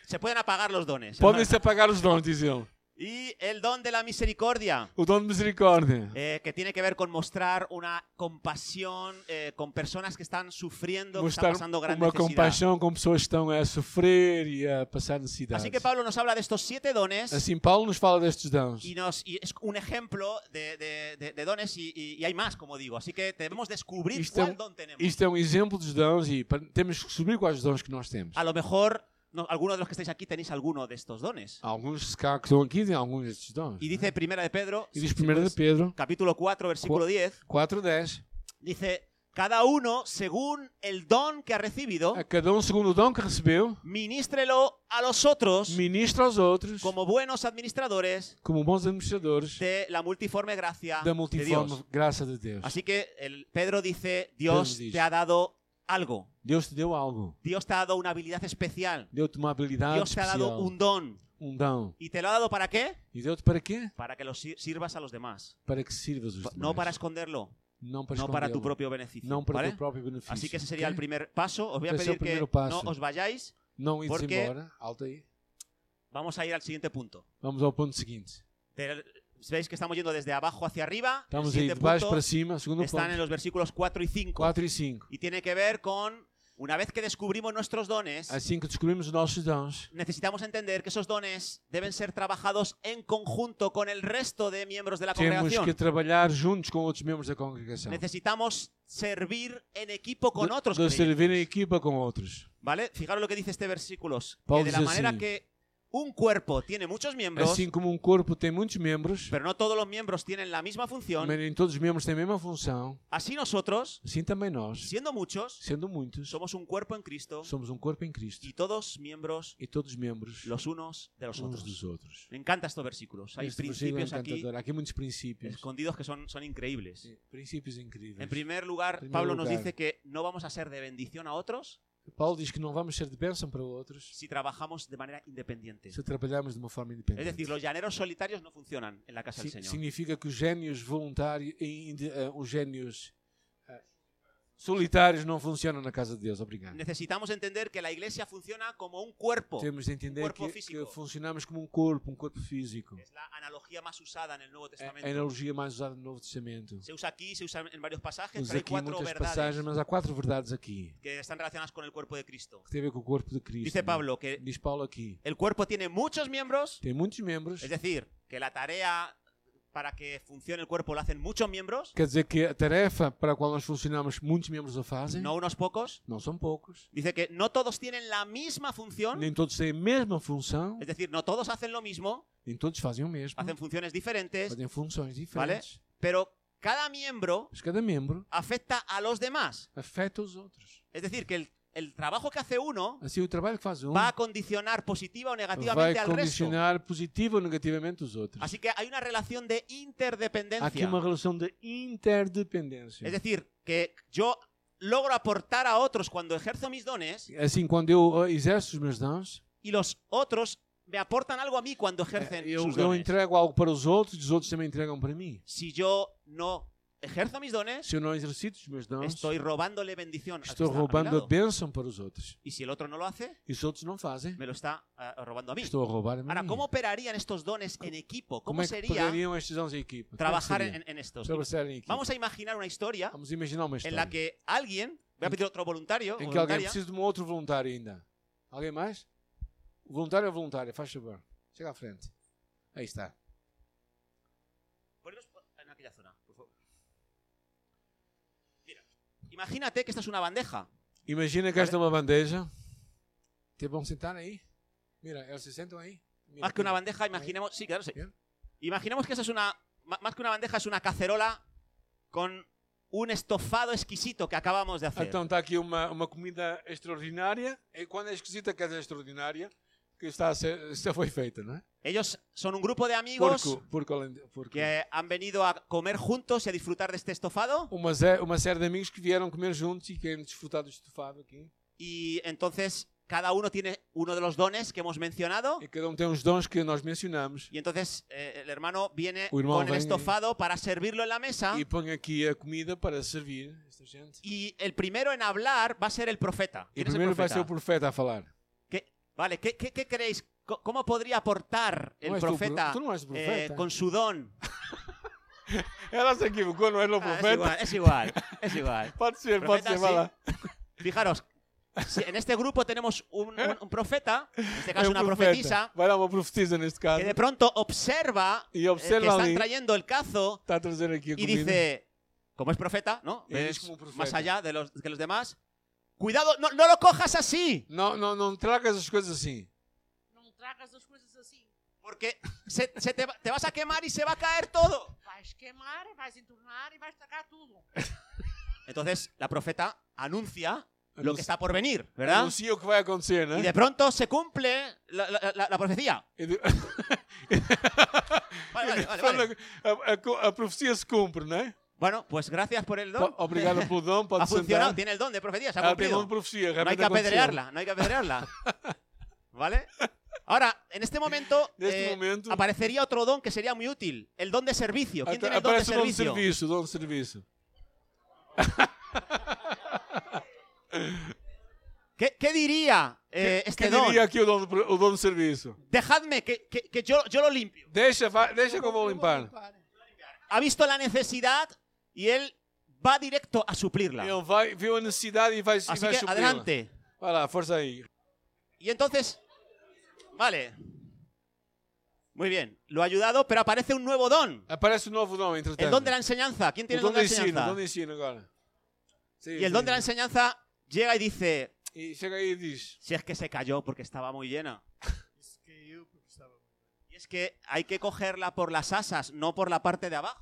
[SPEAKER 1] Se pueden apagar los dones.
[SPEAKER 2] Podem-se apagar os dons, diz ele.
[SPEAKER 1] Y el don de la misericordia,
[SPEAKER 2] O dom de misericórdia.
[SPEAKER 1] eh, que tiene que ver con mostrar una compasión eh, con personas que están sufriendo, que están
[SPEAKER 2] Mostrar
[SPEAKER 1] pasando gran
[SPEAKER 2] uma
[SPEAKER 1] necesidad.
[SPEAKER 2] compaixão com pessoas que estão a sofrer e a passar necessidades.
[SPEAKER 1] Así Assim que Pablo nos habla de estos siete dones
[SPEAKER 2] Assim, Paulo nos fala destes dons.
[SPEAKER 1] y, nos, y es un ejemplo de, de- de- de dones y, y- y hay más, como digo. Así que debemos descubrir
[SPEAKER 2] Isto é
[SPEAKER 1] cuál
[SPEAKER 2] um-
[SPEAKER 1] don tenemos.
[SPEAKER 2] Isto é um exemplo dos dons e pa- temos que descobrir quais os dons que nós temos.
[SPEAKER 1] A lo mejor no- algunos de los que estáis aquí tenéis alguno de estos dones.
[SPEAKER 2] Alguns se calhar, que estão aqui têm alguns destes dons.
[SPEAKER 1] Y dice Primera de Pedro,
[SPEAKER 2] E
[SPEAKER 1] si-
[SPEAKER 2] diz
[SPEAKER 1] si
[SPEAKER 2] 1
[SPEAKER 1] puedes,
[SPEAKER 2] de Pedro
[SPEAKER 1] capítulo 4, versículo 10,
[SPEAKER 2] 4, 10.
[SPEAKER 1] dice, cada uno según el don que ha recibido,
[SPEAKER 2] A cada um segundo o dom que recebeu,
[SPEAKER 1] Ministrelo a los otros
[SPEAKER 2] ministra aos outros
[SPEAKER 1] como buenos administradores
[SPEAKER 2] como bons administradores
[SPEAKER 1] de la multiforme gracia
[SPEAKER 2] da
[SPEAKER 1] de Assim-
[SPEAKER 2] multiforme
[SPEAKER 1] Dios.
[SPEAKER 2] graça de Deus.
[SPEAKER 1] Así que el Pedro dice, Dios
[SPEAKER 2] Pedro dice.
[SPEAKER 1] te ha dado algo,
[SPEAKER 2] Deus te deu algo.
[SPEAKER 1] Dios te ha dado una habilidad especial,
[SPEAKER 2] Deu-te uma habilidade
[SPEAKER 1] Dios te ha dado
[SPEAKER 2] especial,
[SPEAKER 1] un don.
[SPEAKER 2] um dom.
[SPEAKER 1] ¿Y te lo ha dado para qué?
[SPEAKER 2] E deu-te para quê?
[SPEAKER 1] Para que lo sir- sirvas a los demás.
[SPEAKER 2] Para que sirvas os demais.
[SPEAKER 1] No para esconderlo,
[SPEAKER 2] não para,
[SPEAKER 1] no para tu
[SPEAKER 2] escondê-lo.
[SPEAKER 1] propio beneficio.
[SPEAKER 2] Não para o
[SPEAKER 1] ¿vale?
[SPEAKER 2] teu próprio benefício.
[SPEAKER 1] Así que ese sería el
[SPEAKER 2] Ok?
[SPEAKER 1] primer paso. Os voy a
[SPEAKER 2] Ese es el
[SPEAKER 1] pedir que
[SPEAKER 2] primero paso.
[SPEAKER 1] no os vayáis.
[SPEAKER 2] Não ir
[SPEAKER 1] porque-
[SPEAKER 2] embora. Alto aí.
[SPEAKER 1] Vamos a ir al siguiente punto.
[SPEAKER 2] Vamos ao ponto seguinte.
[SPEAKER 1] Del- Veis que estamos yendo desde abajo hacia arriba. El
[SPEAKER 2] Estamos aí
[SPEAKER 1] siguiente
[SPEAKER 2] de baixo
[SPEAKER 1] punto
[SPEAKER 2] para cima, segundo
[SPEAKER 1] están en
[SPEAKER 2] ponto.
[SPEAKER 1] los versículos 4 y 5.
[SPEAKER 2] 4 e 5.
[SPEAKER 1] Y tiene que ver con, una vez que descubrimos nuestros dones,
[SPEAKER 2] Assim que descobrimos os nossos dons,
[SPEAKER 1] necesitamos entender que esos dones deben ser trabajados en conjunto con el resto de miembros de la
[SPEAKER 2] temos que
[SPEAKER 1] congregación.
[SPEAKER 2] trabalhar juntos com outros membros da congregação.
[SPEAKER 1] Necesitamos servir en equipo con
[SPEAKER 2] de,
[SPEAKER 1] otros.
[SPEAKER 2] de
[SPEAKER 1] creyentes,
[SPEAKER 2] servir em equipa com outros.
[SPEAKER 1] ¿Vale? Fijaros lo que dice este versículo. Que
[SPEAKER 2] Paulo
[SPEAKER 1] de la
[SPEAKER 2] dice
[SPEAKER 1] manera
[SPEAKER 2] así.
[SPEAKER 1] que un cuerpo tiene muchos miembros,
[SPEAKER 2] Assim como um corpo tem muitos membros,
[SPEAKER 1] pero no todos los miembros tienen la misma
[SPEAKER 2] mas
[SPEAKER 1] función,
[SPEAKER 2] nem todos os membros têm a mesma função,
[SPEAKER 1] así nosotros,
[SPEAKER 2] assim também nós,
[SPEAKER 1] siendo muchos,
[SPEAKER 2] sendo muitos,
[SPEAKER 1] somos un cuerpo en Cristo
[SPEAKER 2] somos um corpo em Cristo
[SPEAKER 1] y todos miembros
[SPEAKER 2] e todos membros
[SPEAKER 1] los unos de los
[SPEAKER 2] uns
[SPEAKER 1] otros.
[SPEAKER 2] dos outros.
[SPEAKER 1] Me encantan estos versículos. Hay
[SPEAKER 2] Este versículo é
[SPEAKER 1] principios aquí
[SPEAKER 2] encantador. Há aqui É muitos princípios.
[SPEAKER 1] escondidos que son, son increíbles.
[SPEAKER 2] Sim, Princípios incríveis.
[SPEAKER 1] En primer lugar,
[SPEAKER 2] Primer
[SPEAKER 1] Pablo nos
[SPEAKER 2] lugar.
[SPEAKER 1] dice que no vamos a ser de bendición a otros
[SPEAKER 2] Paulo diz que não vamos ser de bênção para outros
[SPEAKER 1] si trabajamos de manera independiente.
[SPEAKER 2] se trabalharmos de uma forma
[SPEAKER 1] Es
[SPEAKER 2] independente.
[SPEAKER 1] decir, los llaneros solitarios no funcionan en la casa
[SPEAKER 2] Si-
[SPEAKER 1] del Señor.
[SPEAKER 2] significa que os génios voluntários, e inde- eh, os génios Solitários não funcionam na casa de Deus, obrigado.
[SPEAKER 1] Necesitamos entender que la iglesia funciona como un cuerpo.
[SPEAKER 2] Temos de entender
[SPEAKER 1] corpo
[SPEAKER 2] que,
[SPEAKER 1] físico. É,
[SPEAKER 2] que funcionamos como um corpo, um corpo físico.
[SPEAKER 1] Es la analogía más usada en el Nuevo
[SPEAKER 2] É
[SPEAKER 1] Testamento.
[SPEAKER 2] a analogia mais usada no Novo Testamento.
[SPEAKER 1] Se usa aquí, se usa en varios pasajes,
[SPEAKER 2] Usa
[SPEAKER 1] pero hay
[SPEAKER 2] aqui
[SPEAKER 1] cuatro
[SPEAKER 2] muitas
[SPEAKER 1] verdades
[SPEAKER 2] passagens, mas há quatro verdades aqui
[SPEAKER 1] que están relacionadas con el cuerpo de Cristo.
[SPEAKER 2] que tem a ver com o corpo de Cristo. é?
[SPEAKER 1] Dice Pablo que
[SPEAKER 2] Diz Paulo aqui.
[SPEAKER 1] el cuerpo tiene muchos miembros,
[SPEAKER 2] Tem muitos membros.
[SPEAKER 1] es decir, que la tarea para que funcione el cuerpo la hacen muchos miembros,
[SPEAKER 2] Quer dizer que a tarefa para a qual nós funcionamos, muitos membros a fazem.
[SPEAKER 1] no unos pocos.
[SPEAKER 2] Não são poucos.
[SPEAKER 1] Dice que no todos tienen la misma función,
[SPEAKER 2] Nem todos têm a mesma função.
[SPEAKER 1] es decir, no todos hacen lo mismo,
[SPEAKER 2] Nem todos fazem o mesmo.
[SPEAKER 1] hacen funciones diferentes,
[SPEAKER 2] Fazem funções diferentes.
[SPEAKER 1] pero cada miembro
[SPEAKER 2] Mas cada membro
[SPEAKER 1] afecta a los demás.
[SPEAKER 2] afeta os outros.
[SPEAKER 1] Es decir, que el, el trabajo que hace uno
[SPEAKER 2] Assim, o trabalho que faz um
[SPEAKER 1] va a condicionar positiva o
[SPEAKER 2] vai
[SPEAKER 1] negativamente al resto.
[SPEAKER 2] condicionar positivo ou negativamente os outros.
[SPEAKER 1] Así que hay una relación de
[SPEAKER 2] Há aqui
[SPEAKER 1] interdependencia.
[SPEAKER 2] uma relação de interdependência.
[SPEAKER 1] Es decir, que yo logro aportar a otros cuando ejerzo mis dones
[SPEAKER 2] Assim, quando eu eh, exerço os meus dons, eh,
[SPEAKER 1] y los otros me aportan algo a mí cuando ejercen
[SPEAKER 2] eu,
[SPEAKER 1] sus
[SPEAKER 2] eu
[SPEAKER 1] dones.
[SPEAKER 2] entrego algo para os outros e os outros também entregam para mim.
[SPEAKER 1] Si yo no ejerzo mis dones,
[SPEAKER 2] Se eu não exercito os meus dons,
[SPEAKER 1] estoy robándole bendición. al que
[SPEAKER 2] estou
[SPEAKER 1] está a mi
[SPEAKER 2] roubando a
[SPEAKER 1] lado.
[SPEAKER 2] bênção para os outros.
[SPEAKER 1] Y si el otro no lo hace,
[SPEAKER 2] E os outros não fazem,
[SPEAKER 1] me lo está ah, robando a mí.
[SPEAKER 2] estou a roubar a mim.
[SPEAKER 1] Ahora, ¿cómo operarían estos dones en equipo?
[SPEAKER 2] Como
[SPEAKER 1] ¿Cómo
[SPEAKER 2] é que
[SPEAKER 1] sería
[SPEAKER 2] poderiam estes dons em equipa?
[SPEAKER 1] trabajar
[SPEAKER 2] Como é seria?
[SPEAKER 1] en, en estos?
[SPEAKER 2] Sobre ser em equipa.
[SPEAKER 1] Vamos a imaginar una historia
[SPEAKER 2] Vamos imaginar uma
[SPEAKER 1] en
[SPEAKER 2] história
[SPEAKER 1] la que alguien, voy a pedir otro voluntario, o
[SPEAKER 2] em que alguém
[SPEAKER 1] voluntaria,
[SPEAKER 2] precisa de um outro voluntário ainda. Alguém mais? Voluntário ou voluntária? Faz favor. Chega à frente. Aí está.
[SPEAKER 1] Poneros en aquella zona, por favor. Mira, imagínate que esta es una bandeja.
[SPEAKER 2] Imagina que esta é uma bandeja. Te vão sentar aí? Mira, eles se sentam aí. Mira,
[SPEAKER 1] Más Ah, que una
[SPEAKER 2] mira.
[SPEAKER 1] bandeja, imaginemos. Sí, claro, sí.
[SPEAKER 2] Bien.
[SPEAKER 1] Imaginemos que esta es una. ma- Más que una bandeja, es una cacerola con un estofado exquisito que acabamos de hacer.
[SPEAKER 2] Então está aqui uma, uma comida extraordinária. E quando é esquisita, quer dizer extraordinária, que está a ser, já foi feita, não é?
[SPEAKER 1] Ellos son un grupo de amigos
[SPEAKER 2] Porco, porco, holandês, porco.
[SPEAKER 1] que han venido a comer juntos y a disfrutar de este estofado.
[SPEAKER 2] Uma, ze- uma série de amigos que vieram comer juntos e querem desfrutar do estofado aqui.
[SPEAKER 1] Y entonces cada uno tiene uno de los dones que hemos mencionado.
[SPEAKER 2] E cada um tem os dons que nós mencionamos.
[SPEAKER 1] Y entonces eh, el hermano viene
[SPEAKER 2] Uy, hermano,
[SPEAKER 1] con el
[SPEAKER 2] ven.
[SPEAKER 1] estofado para servirlo en la mesa.
[SPEAKER 2] e põe aqui a comida para servir esta gente.
[SPEAKER 1] Y el primero en hablar va a ser el profeta.
[SPEAKER 2] E
[SPEAKER 1] ¿Quién es el
[SPEAKER 2] primeiro vai
[SPEAKER 1] profeta?
[SPEAKER 2] ser o profeta a falar.
[SPEAKER 1] ¿Qué- vale, ¿qué, qué, qué creéis? Co- ¿Cómo podría aportar
[SPEAKER 2] Não
[SPEAKER 1] el
[SPEAKER 2] és tu o
[SPEAKER 1] profeta,
[SPEAKER 2] pro- tu não és o
[SPEAKER 1] eh,
[SPEAKER 2] profeta.
[SPEAKER 1] con su don?
[SPEAKER 2] Ela se equivocou, não era o
[SPEAKER 1] Ah, es
[SPEAKER 2] profeta.
[SPEAKER 1] igual, es igual, es igual.
[SPEAKER 2] pode ser, pode
[SPEAKER 1] Profeta,
[SPEAKER 2] ser, vai
[SPEAKER 1] sim.
[SPEAKER 2] lá.
[SPEAKER 1] Fijaros, si en este grupo tenemos un, un- un profeta, en este
[SPEAKER 2] É
[SPEAKER 1] caso
[SPEAKER 2] um
[SPEAKER 1] una profetisa, é
[SPEAKER 2] Vai lá uma profetisa neste caso.
[SPEAKER 1] que de pronto observa,
[SPEAKER 2] Y
[SPEAKER 1] eh, que
[SPEAKER 2] observa
[SPEAKER 1] están
[SPEAKER 2] ahí.
[SPEAKER 1] trayendo el cazo
[SPEAKER 2] Está a trazer aqui a
[SPEAKER 1] y
[SPEAKER 2] comida.
[SPEAKER 1] dice, como es profeta, ¿no?
[SPEAKER 2] Él es
[SPEAKER 1] Ves
[SPEAKER 2] como un profeta.
[SPEAKER 1] más allá de los, que los demás. Cuidado, no, no lo cojas así,
[SPEAKER 2] Não, não, não tragas as coisas assim.
[SPEAKER 3] Não tragas as coisas assim.
[SPEAKER 1] porque se- se te va- te vas a quemar y se va a caer todo.
[SPEAKER 3] Vais queimar, vais entornar e vais tragar tudo.
[SPEAKER 1] Entonces la profeta anuncia lo
[SPEAKER 2] Anunci-
[SPEAKER 1] que está por venir, ¿verdad?
[SPEAKER 2] Anuncia o que vai acontecer,
[SPEAKER 1] Y
[SPEAKER 2] né?
[SPEAKER 1] de pronto se cumple la, la- la- la profecía.
[SPEAKER 2] E de-
[SPEAKER 1] Vale, vale, vale, vale.
[SPEAKER 2] Fala- a, a co- a profecia se cumpre, né?
[SPEAKER 1] Bueno, pues gracias por el don.
[SPEAKER 2] Po- Obrigado pelo dom, pode
[SPEAKER 1] Ha funcionado,
[SPEAKER 2] sentar.
[SPEAKER 1] tiene el don de profecía, se ha
[SPEAKER 2] Ela tem
[SPEAKER 1] cumplido.
[SPEAKER 2] dom de profecia,
[SPEAKER 1] No hay
[SPEAKER 2] realmente
[SPEAKER 1] que
[SPEAKER 2] aconteceu.
[SPEAKER 1] apedrearla, no hay que apedrearla. ¿Vale? Ahora, en este momento,
[SPEAKER 2] Neste
[SPEAKER 1] eh,
[SPEAKER 2] momento-
[SPEAKER 1] aparecería otro don que sería muy útil, el don de servicio. ¿Quién tiene el don de
[SPEAKER 2] Aparece o dono de
[SPEAKER 1] servicio?
[SPEAKER 2] serviço, o dono de serviço.
[SPEAKER 1] ¿Qué, qué diría eh, este
[SPEAKER 2] Quem
[SPEAKER 1] don?
[SPEAKER 2] diria aqui o dono, do- o dono de serviço?
[SPEAKER 1] Dejadme que, que- que yo, yo lo limpio.
[SPEAKER 2] Deixa, vai- deixa que eu vou limpar.
[SPEAKER 1] Ha visto la necesidad y él va directo a suplirla.
[SPEAKER 2] Ele vai, viu a necessidade e vai, e
[SPEAKER 1] Así
[SPEAKER 2] vai
[SPEAKER 1] Assim que é,
[SPEAKER 2] supri-la.
[SPEAKER 1] adelante.
[SPEAKER 2] Vai lá, força aí.
[SPEAKER 1] Y entonces, vale. Muy bien, lo ha ayudado, pero aparece un nuevo don.
[SPEAKER 2] Aparece um novo dom, entretanto.
[SPEAKER 1] El don É, de la enseñanza. ¿Quién tiene
[SPEAKER 2] o
[SPEAKER 1] el don
[SPEAKER 2] dom
[SPEAKER 1] de
[SPEAKER 2] do
[SPEAKER 1] la
[SPEAKER 2] ensino, o dom
[SPEAKER 1] enseñanza?
[SPEAKER 2] do ensino agora. Sim,
[SPEAKER 1] Y el
[SPEAKER 2] sim.
[SPEAKER 1] don de la enseñanza llega y dice,
[SPEAKER 2] E chega aí e diz,
[SPEAKER 1] si es que se cayó porque estaba muy llena.
[SPEAKER 4] Isso caiu porque estava muito.
[SPEAKER 1] Y es que hay que cogerla por las asas, no por la parte de abajo.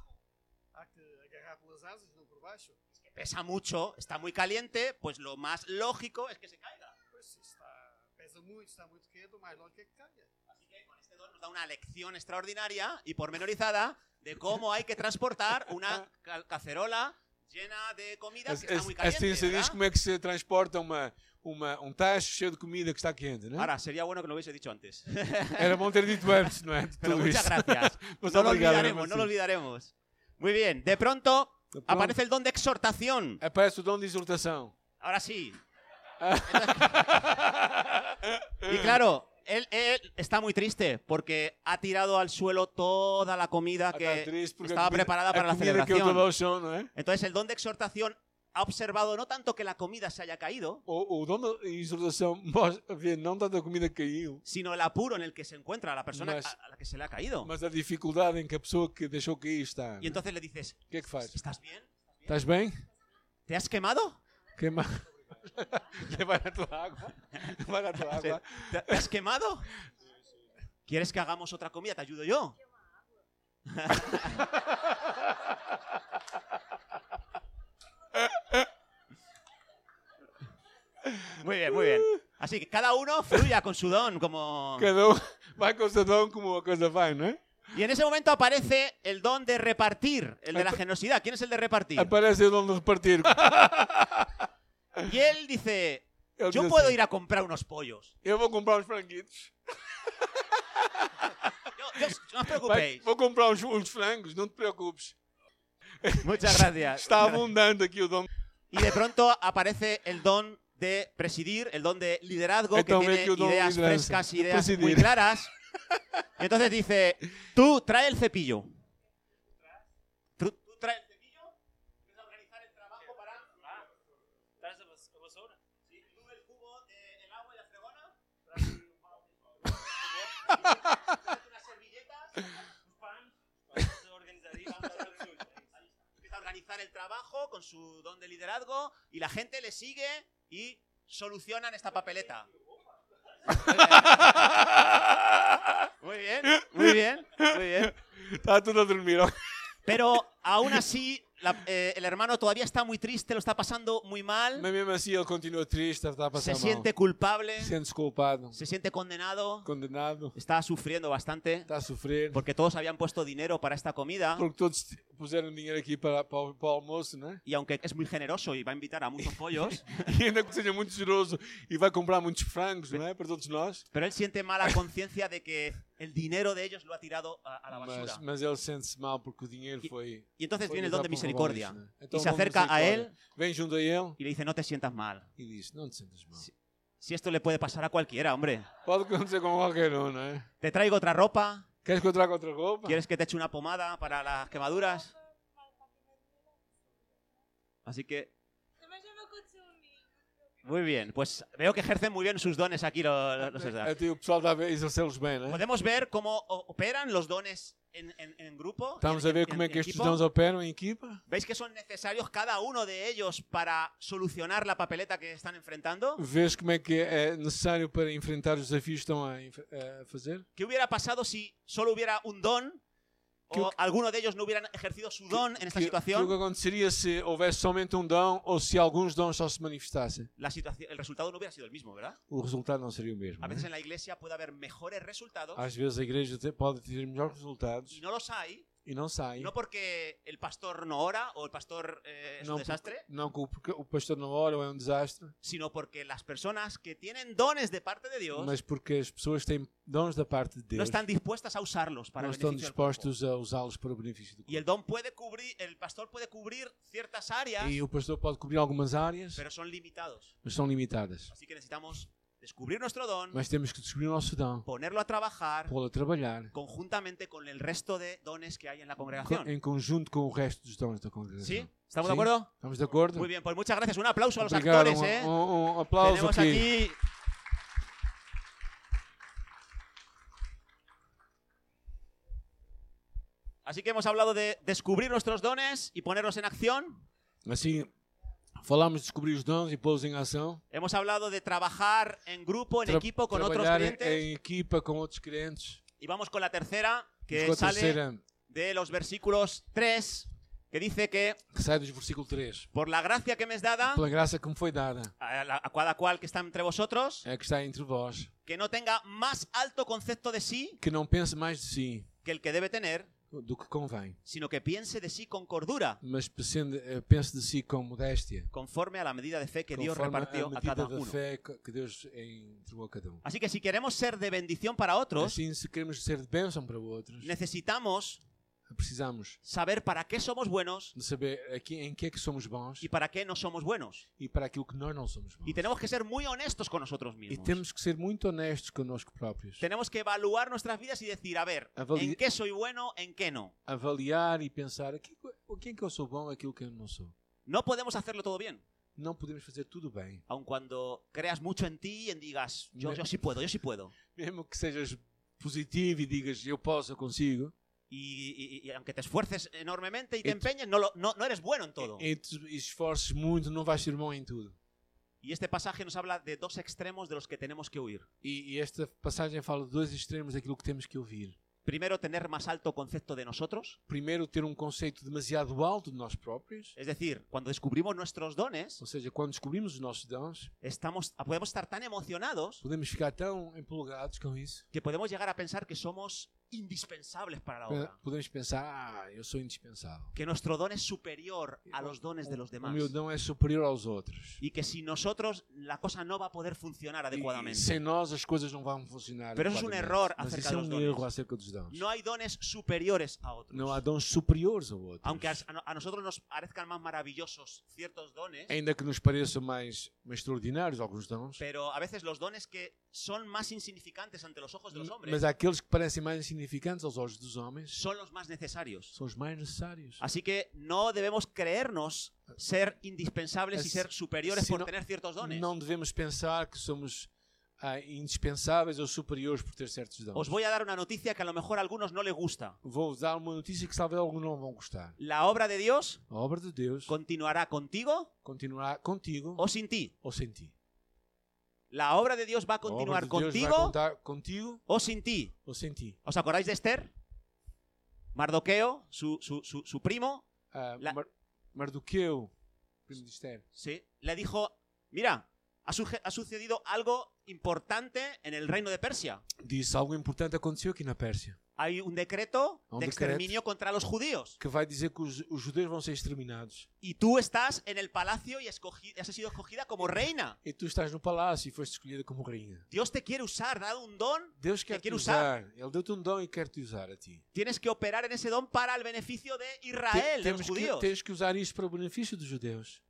[SPEAKER 4] Há Ah, que agarrar pelas asas, não por baixo.
[SPEAKER 1] Que Pesa mucho, está muy caliente, pues lo más lógico es que se caiga.
[SPEAKER 4] Pois isso está, pesa muito, está muito quente, o mais lógico é que caia.
[SPEAKER 1] Así que con este don nos da una lección extraordinaria y pormenorizada de cómo hay que transportar una cal- cacerola llena de comida que está muy
[SPEAKER 2] assim
[SPEAKER 1] caliente.
[SPEAKER 2] assim se diz
[SPEAKER 1] ¿verdad?
[SPEAKER 2] como é que se transporta uma, uma, um tacho cheio de comida que está quente, né?
[SPEAKER 1] Ahora, sería bueno que lo hubiese dicho antes.
[SPEAKER 2] Era bom ter dito antes, não é? De
[SPEAKER 1] Pero
[SPEAKER 2] tudo
[SPEAKER 1] muchas
[SPEAKER 2] isso.
[SPEAKER 1] gracias.
[SPEAKER 2] Mas
[SPEAKER 1] no lo
[SPEAKER 2] obrigado,
[SPEAKER 1] olvidaremos,
[SPEAKER 2] mesmo
[SPEAKER 1] no lo
[SPEAKER 2] assim.
[SPEAKER 1] olvidaremos. Muy bien, de pronto Aparece el don de exhortación.
[SPEAKER 2] Aparece o dom de exortação.
[SPEAKER 1] Ahora sí. y claro, él, él está muy triste porque ha tirado al suelo toda la comida
[SPEAKER 2] Ah,
[SPEAKER 1] que
[SPEAKER 2] tá triste porque
[SPEAKER 1] estaba
[SPEAKER 2] a comida-
[SPEAKER 1] preparada para
[SPEAKER 2] a
[SPEAKER 1] la
[SPEAKER 2] comida que eu estava
[SPEAKER 1] celebración.
[SPEAKER 2] ao chão, não é?
[SPEAKER 1] Entonces el don de exhortación ha observado no tanto que la comida se haya caído,
[SPEAKER 2] O, o dom da exortação mostra, vê não tanto a comida que caiu,
[SPEAKER 1] sino el apuro en el que se encuentra la persona
[SPEAKER 2] Mas-
[SPEAKER 1] a, a la que se le ha caído.
[SPEAKER 2] mas a dificuldade em que a pessoa que deixou cair está.
[SPEAKER 1] Y entonces le dices,
[SPEAKER 2] O que é que faz?
[SPEAKER 1] ¿estás bien?
[SPEAKER 2] Estás bem?
[SPEAKER 1] ¿Te has queimado?
[SPEAKER 2] Queima. Vai na tua água. Vai na tua água.
[SPEAKER 1] ¿Te, te has quemado? ¿Quieres que hagamos otra comida? ¿Te ayudo yo? Muy bien, muy bien. Así que cada uno fluya con su don, como...
[SPEAKER 2] Cada um vai com o seu dom como a coisa vai, não é?
[SPEAKER 1] Y en ese momento aparece el don de repartir, el de la generosidad. ¿Quién es el de repartir?
[SPEAKER 2] Aparece o dom de repartir.
[SPEAKER 1] Ah, Y él dice,
[SPEAKER 2] Ele diz
[SPEAKER 1] yo puedo
[SPEAKER 2] assim,
[SPEAKER 1] ir a comprar unos pollos.
[SPEAKER 2] Eu vou comprar uns franguitos.
[SPEAKER 1] Yo- yo- no os
[SPEAKER 2] Vai,
[SPEAKER 1] preocupéis.
[SPEAKER 2] vou comprar uns, uns frangos, não te preocupes.
[SPEAKER 1] Muchas gracias.
[SPEAKER 2] Está abundante aqui o dom.
[SPEAKER 1] Y de pronto aparece el don de presidir, el don de liderazgo, que
[SPEAKER 2] Entonces,
[SPEAKER 1] tiene
[SPEAKER 2] que un don de
[SPEAKER 1] ideas
[SPEAKER 2] liderazgo.
[SPEAKER 1] frescas,
[SPEAKER 2] De
[SPEAKER 1] ideas muy
[SPEAKER 2] presidir.
[SPEAKER 1] claras. Y entonces dice, tú trae el cepillo. Tú, tú trae el cepillo, empieza a organizar el trabajo para...
[SPEAKER 5] Traz a vas- a vassoura.
[SPEAKER 1] Sí, tú el cubo, eh, el agua y la fregona. Tráete unas servilletas,
[SPEAKER 5] O pano. Estás a organizar isto. Estás a fazer tudo. É isso.
[SPEAKER 1] empieza a organizar el trabajo con su don de liderazgo y la gente le sigue y solucionan esta papeleta. Muy bien, muy bien, muy bien.
[SPEAKER 2] Está tudo a dormir. ó.
[SPEAKER 1] Pero aún así, la- eh, el hermano todavía está muy triste, lo está pasando muy mal,
[SPEAKER 2] Mas mesmo assim ele continua triste, está a passar
[SPEAKER 1] se
[SPEAKER 2] mal.
[SPEAKER 1] siente culpable,
[SPEAKER 2] Sente-se culpado,
[SPEAKER 1] se siente condenado,
[SPEAKER 2] condenado,
[SPEAKER 1] está sufriendo bastante
[SPEAKER 2] está Tá a sofrer.
[SPEAKER 1] porque todos habían puesto dinero para esta comida
[SPEAKER 2] Porque todos t- puseram dinheiro aqui para, para, o- para o almoço, não é?
[SPEAKER 1] y aunque es muy generoso y va a invitar a muchos pollos,
[SPEAKER 2] E ainda que seja muito generoso e vai comprar muitos frangos, não é? Para todos nós.
[SPEAKER 1] pero él siente mala conciencia de que el dinero de ellos lo ha tirado a, a la
[SPEAKER 2] Mas,
[SPEAKER 1] basura.
[SPEAKER 2] mas ele sente-se mal porque o dinheiro foi.
[SPEAKER 1] Y entonces
[SPEAKER 2] foi
[SPEAKER 1] viene el
[SPEAKER 2] usado
[SPEAKER 1] don de
[SPEAKER 2] por
[SPEAKER 1] misericordia
[SPEAKER 2] roubadores, não é?
[SPEAKER 1] y se
[SPEAKER 2] o dom de
[SPEAKER 1] acerca a
[SPEAKER 2] misericórdia
[SPEAKER 1] él
[SPEAKER 2] Vem junto a ele
[SPEAKER 1] y le dice no te sientas mal.
[SPEAKER 2] e diz: Não te sentes mal.
[SPEAKER 1] Sí. Si esto le puede pasar a cualquiera, hombre.
[SPEAKER 2] Pode acontecer con qualquer um, não é?
[SPEAKER 1] Te traigo otra ropa,
[SPEAKER 2] Queres que eu traga outra roupa?
[SPEAKER 1] ¿Quieres que te eche una pomada para las quemaduras? Así que,
[SPEAKER 6] Também já me aconteceu a mim.
[SPEAKER 1] muy bien. Pues veo que ejercen muy bien sus dones aquí lo- lo- los hermanos.
[SPEAKER 2] É, Até o pessoal está a ver- exercê-los bem, não é?
[SPEAKER 1] Podemos ver cómo o- operan los dones en, en- en grupo.
[SPEAKER 2] Estamos
[SPEAKER 1] en-
[SPEAKER 2] a ver
[SPEAKER 1] en-
[SPEAKER 2] como é
[SPEAKER 1] en
[SPEAKER 2] que estes
[SPEAKER 1] equipo.
[SPEAKER 2] dons operam em equipa?
[SPEAKER 1] ¿Veis que son necesarios cada uno de ellos para solucionar la papeleta que están enfrentando?
[SPEAKER 2] Vês como é que é necessário para enfrentar os desafios que estão a, enf- a fazer?
[SPEAKER 1] ¿Qué hubiera pasado si solo hubiera un don o alguno de ellos no hubieran ejercido su don en esta
[SPEAKER 2] Que- que o que
[SPEAKER 1] situación?
[SPEAKER 2] aconteceria se houvesse somente um dom ou se alguns dons só se manifestassem?
[SPEAKER 1] La situación, el resultado no hubiera sido el mismo, ¿verdad?
[SPEAKER 2] O resultado não seria o mesmo.
[SPEAKER 1] A
[SPEAKER 2] não é?
[SPEAKER 1] veces en la iglesia puede haber mejores resultados
[SPEAKER 2] Às vezes a igreja te- pode ter melhores
[SPEAKER 1] y
[SPEAKER 2] resultados
[SPEAKER 1] no los hay,
[SPEAKER 2] e não sai.
[SPEAKER 1] no porque el pastor no ora o el pastor eh, es
[SPEAKER 2] No,
[SPEAKER 1] un desastre,
[SPEAKER 2] Não que o, porque o pastor não ora ou é um desastre,
[SPEAKER 1] sino porque las personas que tienen dones de parte de Dios
[SPEAKER 2] mas porque as pessoas têm dons da parte de
[SPEAKER 1] no
[SPEAKER 2] Deus.
[SPEAKER 1] están dispuestas a usarlos para
[SPEAKER 2] Não
[SPEAKER 1] el
[SPEAKER 2] estão
[SPEAKER 1] beneficio del cuerpo.
[SPEAKER 2] dispostos a usá-los para o benefício do
[SPEAKER 1] Y el
[SPEAKER 2] corpo.
[SPEAKER 1] don puede cubrir, el pastor puede cubrir ciertas áreas,
[SPEAKER 2] E o pastor pode cobrir algumas áreas,
[SPEAKER 1] pero son limitados.
[SPEAKER 2] mas são limitadas.
[SPEAKER 1] Así que necesitamos descubrir nuestro don,
[SPEAKER 2] Mas temos que descobrir o nosso dom,
[SPEAKER 1] ponerlo a trabajar
[SPEAKER 2] pô-lo a trabalhar
[SPEAKER 1] conjuntamente con el resto de dones que hay en la
[SPEAKER 2] co-
[SPEAKER 1] congregación.
[SPEAKER 2] em conjunto com o resto dos dons da congregação.
[SPEAKER 1] ¿Sí? ¿Estamos de
[SPEAKER 2] Sim?
[SPEAKER 1] acuerdo?
[SPEAKER 2] Estamos de acordo?
[SPEAKER 1] Muy bien, pues muchas gracias. Un aplauso a los
[SPEAKER 2] Obrigado,
[SPEAKER 1] actores, ¿eh?
[SPEAKER 2] um, um, um aplauso
[SPEAKER 1] Tenemos
[SPEAKER 2] aqui.
[SPEAKER 1] aquí Así que hemos hablado de descubrir nuestros dones y ponerlos en acción.
[SPEAKER 2] Assim, falámos de descobrir os dons e pô-los em ação.
[SPEAKER 1] Hemos hablado de trabajar en grupo, en
[SPEAKER 2] Tra-
[SPEAKER 1] equipo, con otros
[SPEAKER 2] trabalhar
[SPEAKER 1] clientes.
[SPEAKER 2] em equipa com outros crentes.
[SPEAKER 1] Y vamos con la tercera, que
[SPEAKER 2] com a
[SPEAKER 1] sale
[SPEAKER 2] terceira,
[SPEAKER 1] de los versículos 3, que dice que
[SPEAKER 2] que sai dos versículo 3.
[SPEAKER 1] por la gracia que me es dada
[SPEAKER 2] Pela graça que me foi dada,
[SPEAKER 1] a, la- a cada cual que está entre vosotros,
[SPEAKER 2] é que está entre vós,
[SPEAKER 1] que no tenga más alto concepto de sí
[SPEAKER 2] que não pense mais de si
[SPEAKER 1] que el que debe tener,
[SPEAKER 2] do que convém,
[SPEAKER 1] sino que piense de sí con cordura,
[SPEAKER 2] mas pense eh, pense de si com modéstia,
[SPEAKER 1] conforme a la medida de fe que Dios
[SPEAKER 2] conforme a
[SPEAKER 1] repartió a
[SPEAKER 2] medida
[SPEAKER 1] cada
[SPEAKER 2] da
[SPEAKER 1] uno.
[SPEAKER 2] fé que que Deus entregou a cada um.
[SPEAKER 1] Así que si queremos ser de bendición para otros,
[SPEAKER 2] Assim, se queremos ser de bênção para outros,
[SPEAKER 1] necesitamos
[SPEAKER 2] Precisamos
[SPEAKER 1] saber para qué somos buenos
[SPEAKER 2] de saber a que- em que é que somos bons
[SPEAKER 1] y para qué no somos buenos.
[SPEAKER 2] e para aquilo que nós não somos bons.
[SPEAKER 1] Y tenemos que ser muy honestos con nosotros
[SPEAKER 2] E
[SPEAKER 1] mismos.
[SPEAKER 2] temos que ser muito honestos connosco próprios.
[SPEAKER 1] Tenemos que evaluar nuestras vidas y decir, a ver,
[SPEAKER 2] Avali-
[SPEAKER 1] ¿en qué soy bueno, en qué no?
[SPEAKER 2] Avaliar e pensar aqui- o que é que eu sou bom, aquilo que eu não sou.
[SPEAKER 1] No podemos hacerlo todo bien.
[SPEAKER 2] Não podemos fazer tudo bem.
[SPEAKER 1] Aun cuando creas mucho en ti y digas, yo,
[SPEAKER 2] Me-
[SPEAKER 1] yo sí puedo, yo sí puedo.
[SPEAKER 2] Mesmo que sejas positivo e digas eu posso, eu consigo,
[SPEAKER 1] Y, y- y aunque te esfuerces enormemente y te
[SPEAKER 2] Et-
[SPEAKER 1] empeñes, no, lo- no, no eres bueno en todo.
[SPEAKER 2] e, e te esforces muito, não vais ser bom em tudo.
[SPEAKER 1] Y este pasaje nos habla de dos extremos de los que tenemos que huir.
[SPEAKER 2] E, e esta passagem fala de dois extremos daquilo que temos que ouvir.
[SPEAKER 1] Primero, tener más alto concepto de nosotros.
[SPEAKER 2] Primeiro, ter um conceito demasiado alto de nós próprios,
[SPEAKER 1] Es decir, cuando descubrimos nuestros dones,
[SPEAKER 2] ou seja, quando descobrimos os nossos dons,
[SPEAKER 1] estamos, podemos estar tan emocionados
[SPEAKER 2] podemos ficar tão empolgados com isso,
[SPEAKER 1] que podemos llegar a pensar que somos indispensables para la obra.
[SPEAKER 2] podemos pensar, ah, eu sou indispensável.
[SPEAKER 1] Que nuestro don es superior
[SPEAKER 2] Eh,
[SPEAKER 1] a los dones de los
[SPEAKER 2] O
[SPEAKER 1] demás.
[SPEAKER 2] meu dom é superior aos outros.
[SPEAKER 1] Y que sin nosotros la cosa no va a poder funcionar
[SPEAKER 2] E sem
[SPEAKER 1] adecuadamente.
[SPEAKER 2] nós as coisas não vão funcionar.
[SPEAKER 1] Pero eso es un
[SPEAKER 2] adequadamente.
[SPEAKER 1] error
[SPEAKER 2] Mas
[SPEAKER 1] acerca
[SPEAKER 2] isso é
[SPEAKER 1] dos
[SPEAKER 2] um
[SPEAKER 1] dones.
[SPEAKER 2] erro acerca dos dons.
[SPEAKER 1] No hay dones superiores a otros.
[SPEAKER 2] Não há dons superiores a outros.
[SPEAKER 1] Aunque a, a nosotros nos parezcan más maravillosos ciertos dones,
[SPEAKER 2] Ainda que nos pareçam mais, mais extraordinários alguns dons,
[SPEAKER 1] pero a veces los dones que son más insignificantes ante los ojos de los hombres
[SPEAKER 2] mas aqueles que parecem mais insignificantes aos olhos dos homens
[SPEAKER 1] son los más necesarios.
[SPEAKER 2] são os mais necessários.
[SPEAKER 1] Así que no debemos creernos ser indispensables y
[SPEAKER 2] Es-
[SPEAKER 1] ser superiores
[SPEAKER 2] si
[SPEAKER 1] por
[SPEAKER 2] no-
[SPEAKER 1] tener ciertos dones.
[SPEAKER 2] Não devemos pensar que somos ah, indispensáveis ou superiores por ter certos dons.
[SPEAKER 1] Os voy a dar una noticia que a lo mejor a algunos no les gusta.
[SPEAKER 2] Vou dar uma notícia que talvez alguns não vão gostar.
[SPEAKER 1] La obra de Dios
[SPEAKER 2] A obra de Deus
[SPEAKER 1] continuará contigo
[SPEAKER 2] continuará contigo
[SPEAKER 1] o sin ti.
[SPEAKER 2] ou sem ti.
[SPEAKER 1] La obra de Dios va a
[SPEAKER 2] a
[SPEAKER 1] continuar
[SPEAKER 2] obra de Deus
[SPEAKER 1] contigo
[SPEAKER 2] vai contar contigo
[SPEAKER 1] o sin ti.
[SPEAKER 2] ou sem ti.
[SPEAKER 1] ¿Os acordáis de Esther? Mardoqueo, su, su- su- su primo,
[SPEAKER 2] Ah,
[SPEAKER 1] La-
[SPEAKER 2] Mar- Mardoqueu, primo de Esther,
[SPEAKER 1] ¿sí? le dijo, mira, ha, suge- ha sucedido algo importante en el reino de Persia.
[SPEAKER 2] disse algo importante aconteceu aqui na Pérsia.
[SPEAKER 1] Hay un decreto
[SPEAKER 2] Un
[SPEAKER 1] de
[SPEAKER 2] decreto.
[SPEAKER 1] exterminio contra los judíos.
[SPEAKER 2] que vai dizer que os, os judeus vão ser exterminados.
[SPEAKER 1] Y tú estás en el palacio y escogi- has sido escogida como reina.
[SPEAKER 2] E tu estás no palácio e foste escolhida como rainha.
[SPEAKER 1] Dios te quiere usar, dado un don,
[SPEAKER 2] Deus quer te
[SPEAKER 1] quero
[SPEAKER 2] usar. Ele deu-te um dom e quer te usar a ti.
[SPEAKER 1] tienes que operar en ese don para el beneficio de
[SPEAKER 2] Te-
[SPEAKER 1] Israel, de los
[SPEAKER 2] temos que,
[SPEAKER 1] judíos.
[SPEAKER 2] tens que usar isso para o benefício dos judeus.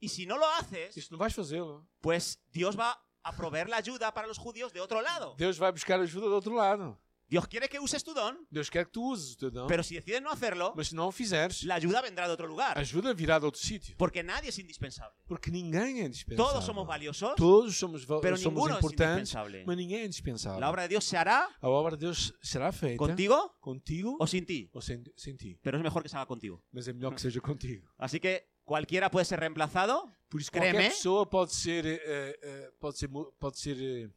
[SPEAKER 1] Y si no lo haces,
[SPEAKER 2] Isso não vais fazê-lo.
[SPEAKER 1] pues Dios va a proveer la ayuda para los judíos de otro lado.
[SPEAKER 2] Deus vai buscar ajuda do outro lado.
[SPEAKER 1] Dios quiere que uses tu don,
[SPEAKER 2] Deus quer que tu uses o teu dom.
[SPEAKER 1] pero si decides no hacerlo,
[SPEAKER 2] Mas se não o fizeres,
[SPEAKER 1] la ayuda vendrá de otro
[SPEAKER 2] a
[SPEAKER 1] lugar.
[SPEAKER 2] ajuda virá de outro sítio.
[SPEAKER 1] Porque nadie es indispensable.
[SPEAKER 2] Porque ninguém é indispensável.
[SPEAKER 1] Todos somos valiosos,
[SPEAKER 2] Todos somos, val-
[SPEAKER 1] pero
[SPEAKER 2] somos
[SPEAKER 1] ninguno es
[SPEAKER 2] importantes,
[SPEAKER 1] indispensable.
[SPEAKER 2] mas ninguém é indispensável.
[SPEAKER 1] La obra de Dios se hará
[SPEAKER 2] A obra de Deus será feita
[SPEAKER 1] contigo
[SPEAKER 2] contigo
[SPEAKER 1] o sin ti.
[SPEAKER 2] ou sem, sem ti.
[SPEAKER 1] Pero es mejor que se haga contigo.
[SPEAKER 2] Mas é melhor que seja contigo.
[SPEAKER 1] Así que cualquiera puede ser reemplazado,
[SPEAKER 2] Por isso
[SPEAKER 1] Creme?
[SPEAKER 2] qualquer pessoa pode ser, eh, eh, pode ser, mu- pode ser eh,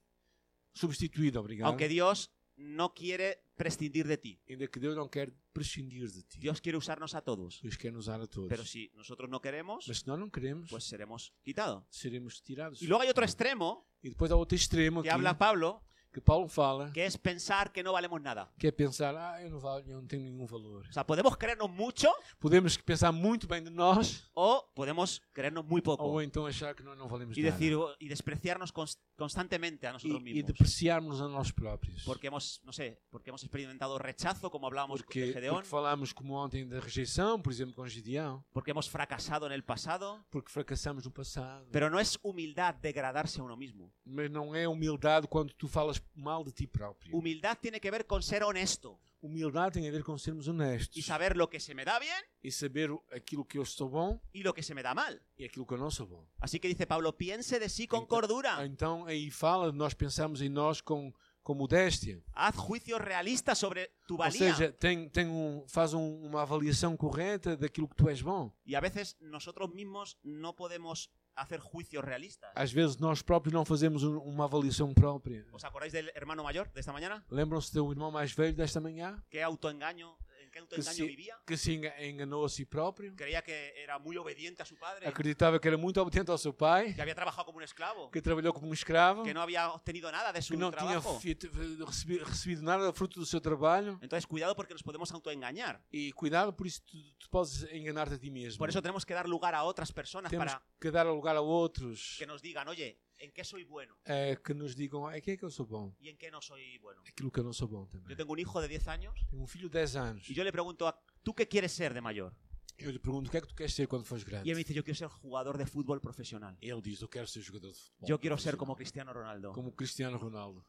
[SPEAKER 2] substituída, obrigado.
[SPEAKER 1] aunque Dios no quiere prescindir de ti.
[SPEAKER 2] Ainda que Deus não quer prescindir de ti.
[SPEAKER 1] Dios quiere usarnos a todos.
[SPEAKER 2] Deus quer nos usar a todos.
[SPEAKER 1] Pero si nosotros no queremos,
[SPEAKER 2] Mas se nós não queremos,
[SPEAKER 1] pues seremos quitados.
[SPEAKER 2] seremos tirados.
[SPEAKER 1] Y luego hay otro extremo
[SPEAKER 2] E depois há outro extremo
[SPEAKER 1] que
[SPEAKER 2] aqui,
[SPEAKER 1] habla Pablo,
[SPEAKER 2] que Paulo fala,
[SPEAKER 1] que es pensar que no valemos nada.
[SPEAKER 2] que é pensar, ah, eu não, valho, eu não tenho nenhum valor.
[SPEAKER 1] O sea, podemos creernos mucho
[SPEAKER 2] Podemos pensar muito bem de nós,
[SPEAKER 1] o podemos creernos muy poco.
[SPEAKER 2] ou então achar que nós não valemos
[SPEAKER 1] Y
[SPEAKER 2] Ah, pues nada.
[SPEAKER 1] decir "Oh, y despreciarnos cons- constantemente a nosotros
[SPEAKER 2] e, e
[SPEAKER 1] mismos.
[SPEAKER 2] depreciarmos a nós próprios.
[SPEAKER 1] Porque é hemos, no sé, porque hemos experimentado rechazo, como hablábamos con
[SPEAKER 2] Porque,
[SPEAKER 1] Gedeón,
[SPEAKER 2] porque falámos como ontem da rejeição, por exemplo, com Gideão,
[SPEAKER 1] porque hemos fracasado en el pasado.
[SPEAKER 2] porque fracassamos no passado.
[SPEAKER 1] Pero no es humildad degradarse a uno mismo.
[SPEAKER 2] mas não é humildade quando tu falas mal de ti próprio.
[SPEAKER 1] Humildad tiene que ver con ser honesto
[SPEAKER 2] Humildade tem a ver com sermos honestos
[SPEAKER 1] y saber lo que se me da bien
[SPEAKER 2] e saber o- aquilo que eu sou bom
[SPEAKER 1] y lo que se me da mal.
[SPEAKER 2] e aquilo que eu não sou bom.
[SPEAKER 1] Así que dice Pablo, piense de sí con
[SPEAKER 2] Entonces-
[SPEAKER 1] cordura,
[SPEAKER 2] Então aí fala, nós pensamos em nós com, com modéstia.
[SPEAKER 1] haz juicios realistas sobre tu
[SPEAKER 2] Ou
[SPEAKER 1] valía.
[SPEAKER 2] seja, tem, tem um, faz um- uma avaliação correta daquilo que tu és bom.
[SPEAKER 1] Y a veces nosotros mismos no podemos hacer juicios realistas.
[SPEAKER 2] Às vezes nós próprios não fazemos um- uma avaliação própria.
[SPEAKER 1] ¿Os acordáis del hermano mayor de esta mañana?
[SPEAKER 2] Lembram-se do irmão mais velho desta manhã?
[SPEAKER 1] ¿Qué autoengaño, en qué autoengaño
[SPEAKER 2] sí.
[SPEAKER 1] vivía?
[SPEAKER 2] Que se enga- enganou a si próprio.
[SPEAKER 1] Creía que era muy obediente a su padre,
[SPEAKER 2] Acreditava que era muito obediente ao seu pai.
[SPEAKER 1] que había trabajado como un esclavo,
[SPEAKER 2] Que trabalhou como um escravo.
[SPEAKER 1] que no había obtenido nada de su
[SPEAKER 2] que não tinha
[SPEAKER 1] trabajo.
[SPEAKER 2] feito- recebi- recebido nada fruto do seu trabalho
[SPEAKER 1] Entonces, cuidado porque nos podemos autoengañar.
[SPEAKER 2] e cuidado por isso tu, tu podes enganar-te a ti mesmo
[SPEAKER 1] Por eso tenemos que dar lugar a otras personas
[SPEAKER 2] temos
[SPEAKER 1] para
[SPEAKER 2] que dar lugar a outros
[SPEAKER 1] que nos digan, oye, en qué soy bueno
[SPEAKER 2] é que nos digam é que é que eu sou bom,
[SPEAKER 1] y en qué no soy bueno.
[SPEAKER 2] aquilo que eu não sou bom
[SPEAKER 1] Yo
[SPEAKER 2] também.
[SPEAKER 1] tengo un hijo de 10 años
[SPEAKER 2] Tenho um filho de 10 anos.
[SPEAKER 1] y yo le pregunto, a, ¿tú qué quieres ser de mayor?
[SPEAKER 2] Eu lhe pergunto o que é que tu queres ser quando fores grande.
[SPEAKER 1] Y él me dice, yo quiero ser jugador de fútbol profesional.
[SPEAKER 2] Ele diz: Eu quero ser jogador de futebol.
[SPEAKER 1] Yo quiero ser como Cristiano Ronaldo.
[SPEAKER 2] como Cristiano Ronaldo.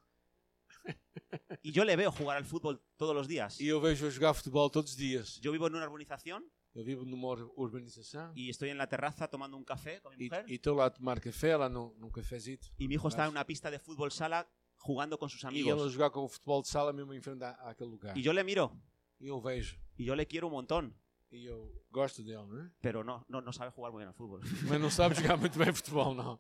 [SPEAKER 1] Y yo le veo jugar al fútbol todos los días.
[SPEAKER 2] E eu vejo-o jogar futebol todos os dias.
[SPEAKER 1] Yo vivo en una urbanização
[SPEAKER 2] Eu vivo numa ur- urbanização
[SPEAKER 1] y estoy en la terraza tomando un café con mi
[SPEAKER 2] e
[SPEAKER 1] mujer
[SPEAKER 2] e estou lá a tomar café, lá num, num cafezito.
[SPEAKER 1] y mi hijo está en una pista de fútbol sala jugando con sus
[SPEAKER 2] E ele a
[SPEAKER 1] amigos.
[SPEAKER 2] jogar com o futebol de sala mesmo em frente à, àquele lugar.
[SPEAKER 1] Y yo le miro
[SPEAKER 2] E eu vejo.
[SPEAKER 1] y yo le quiero un montón,
[SPEAKER 2] E eu gosto dele, não é?
[SPEAKER 1] pero no, no, no sabe jugar muy bien al fútbol.
[SPEAKER 2] Mas não sabe jogar muito bem futebol, não.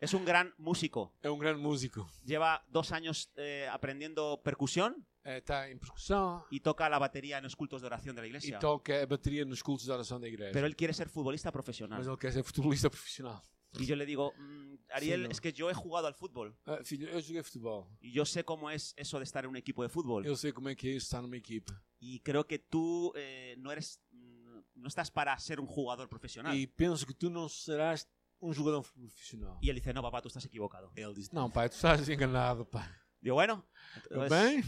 [SPEAKER 1] Es un gran músico.
[SPEAKER 2] É um grande músico.
[SPEAKER 1] Lleva dos años eh, aprendiendo percusión
[SPEAKER 2] Está É, tá em percussão
[SPEAKER 1] y toca la batería en los cultos de oración de la
[SPEAKER 2] e
[SPEAKER 1] iglesia.
[SPEAKER 2] toca a bateria nos cultos de oração da igreja.
[SPEAKER 1] Pero él quiere ser futbolista
[SPEAKER 2] Mas
[SPEAKER 1] profesional.
[SPEAKER 2] ele quer ser futebolista profissional.
[SPEAKER 1] Y Pues yo le digo, "Mm, Ariel,
[SPEAKER 2] no.
[SPEAKER 1] es que yo he jugado al fútbol
[SPEAKER 2] Ah, filho, eu joguei futebol.
[SPEAKER 1] y yo sé cómo es eso de estar en un equipo de fútbol.
[SPEAKER 2] Eu sei como é que é isso estar numa equipa.
[SPEAKER 1] Y creo que tú eh, no eres. mm, No estás para ser un jugador profesional.
[SPEAKER 2] E
[SPEAKER 1] Y,
[SPEAKER 2] penso que tu não serás um jogador profissional.
[SPEAKER 1] él dice: No, papá, tú estás equivocado.
[SPEAKER 2] Ele disse: Não, pai, tu estás enganado, pai.
[SPEAKER 1] Digo, bueno.
[SPEAKER 2] Tudo
[SPEAKER 1] entonces,
[SPEAKER 2] bem?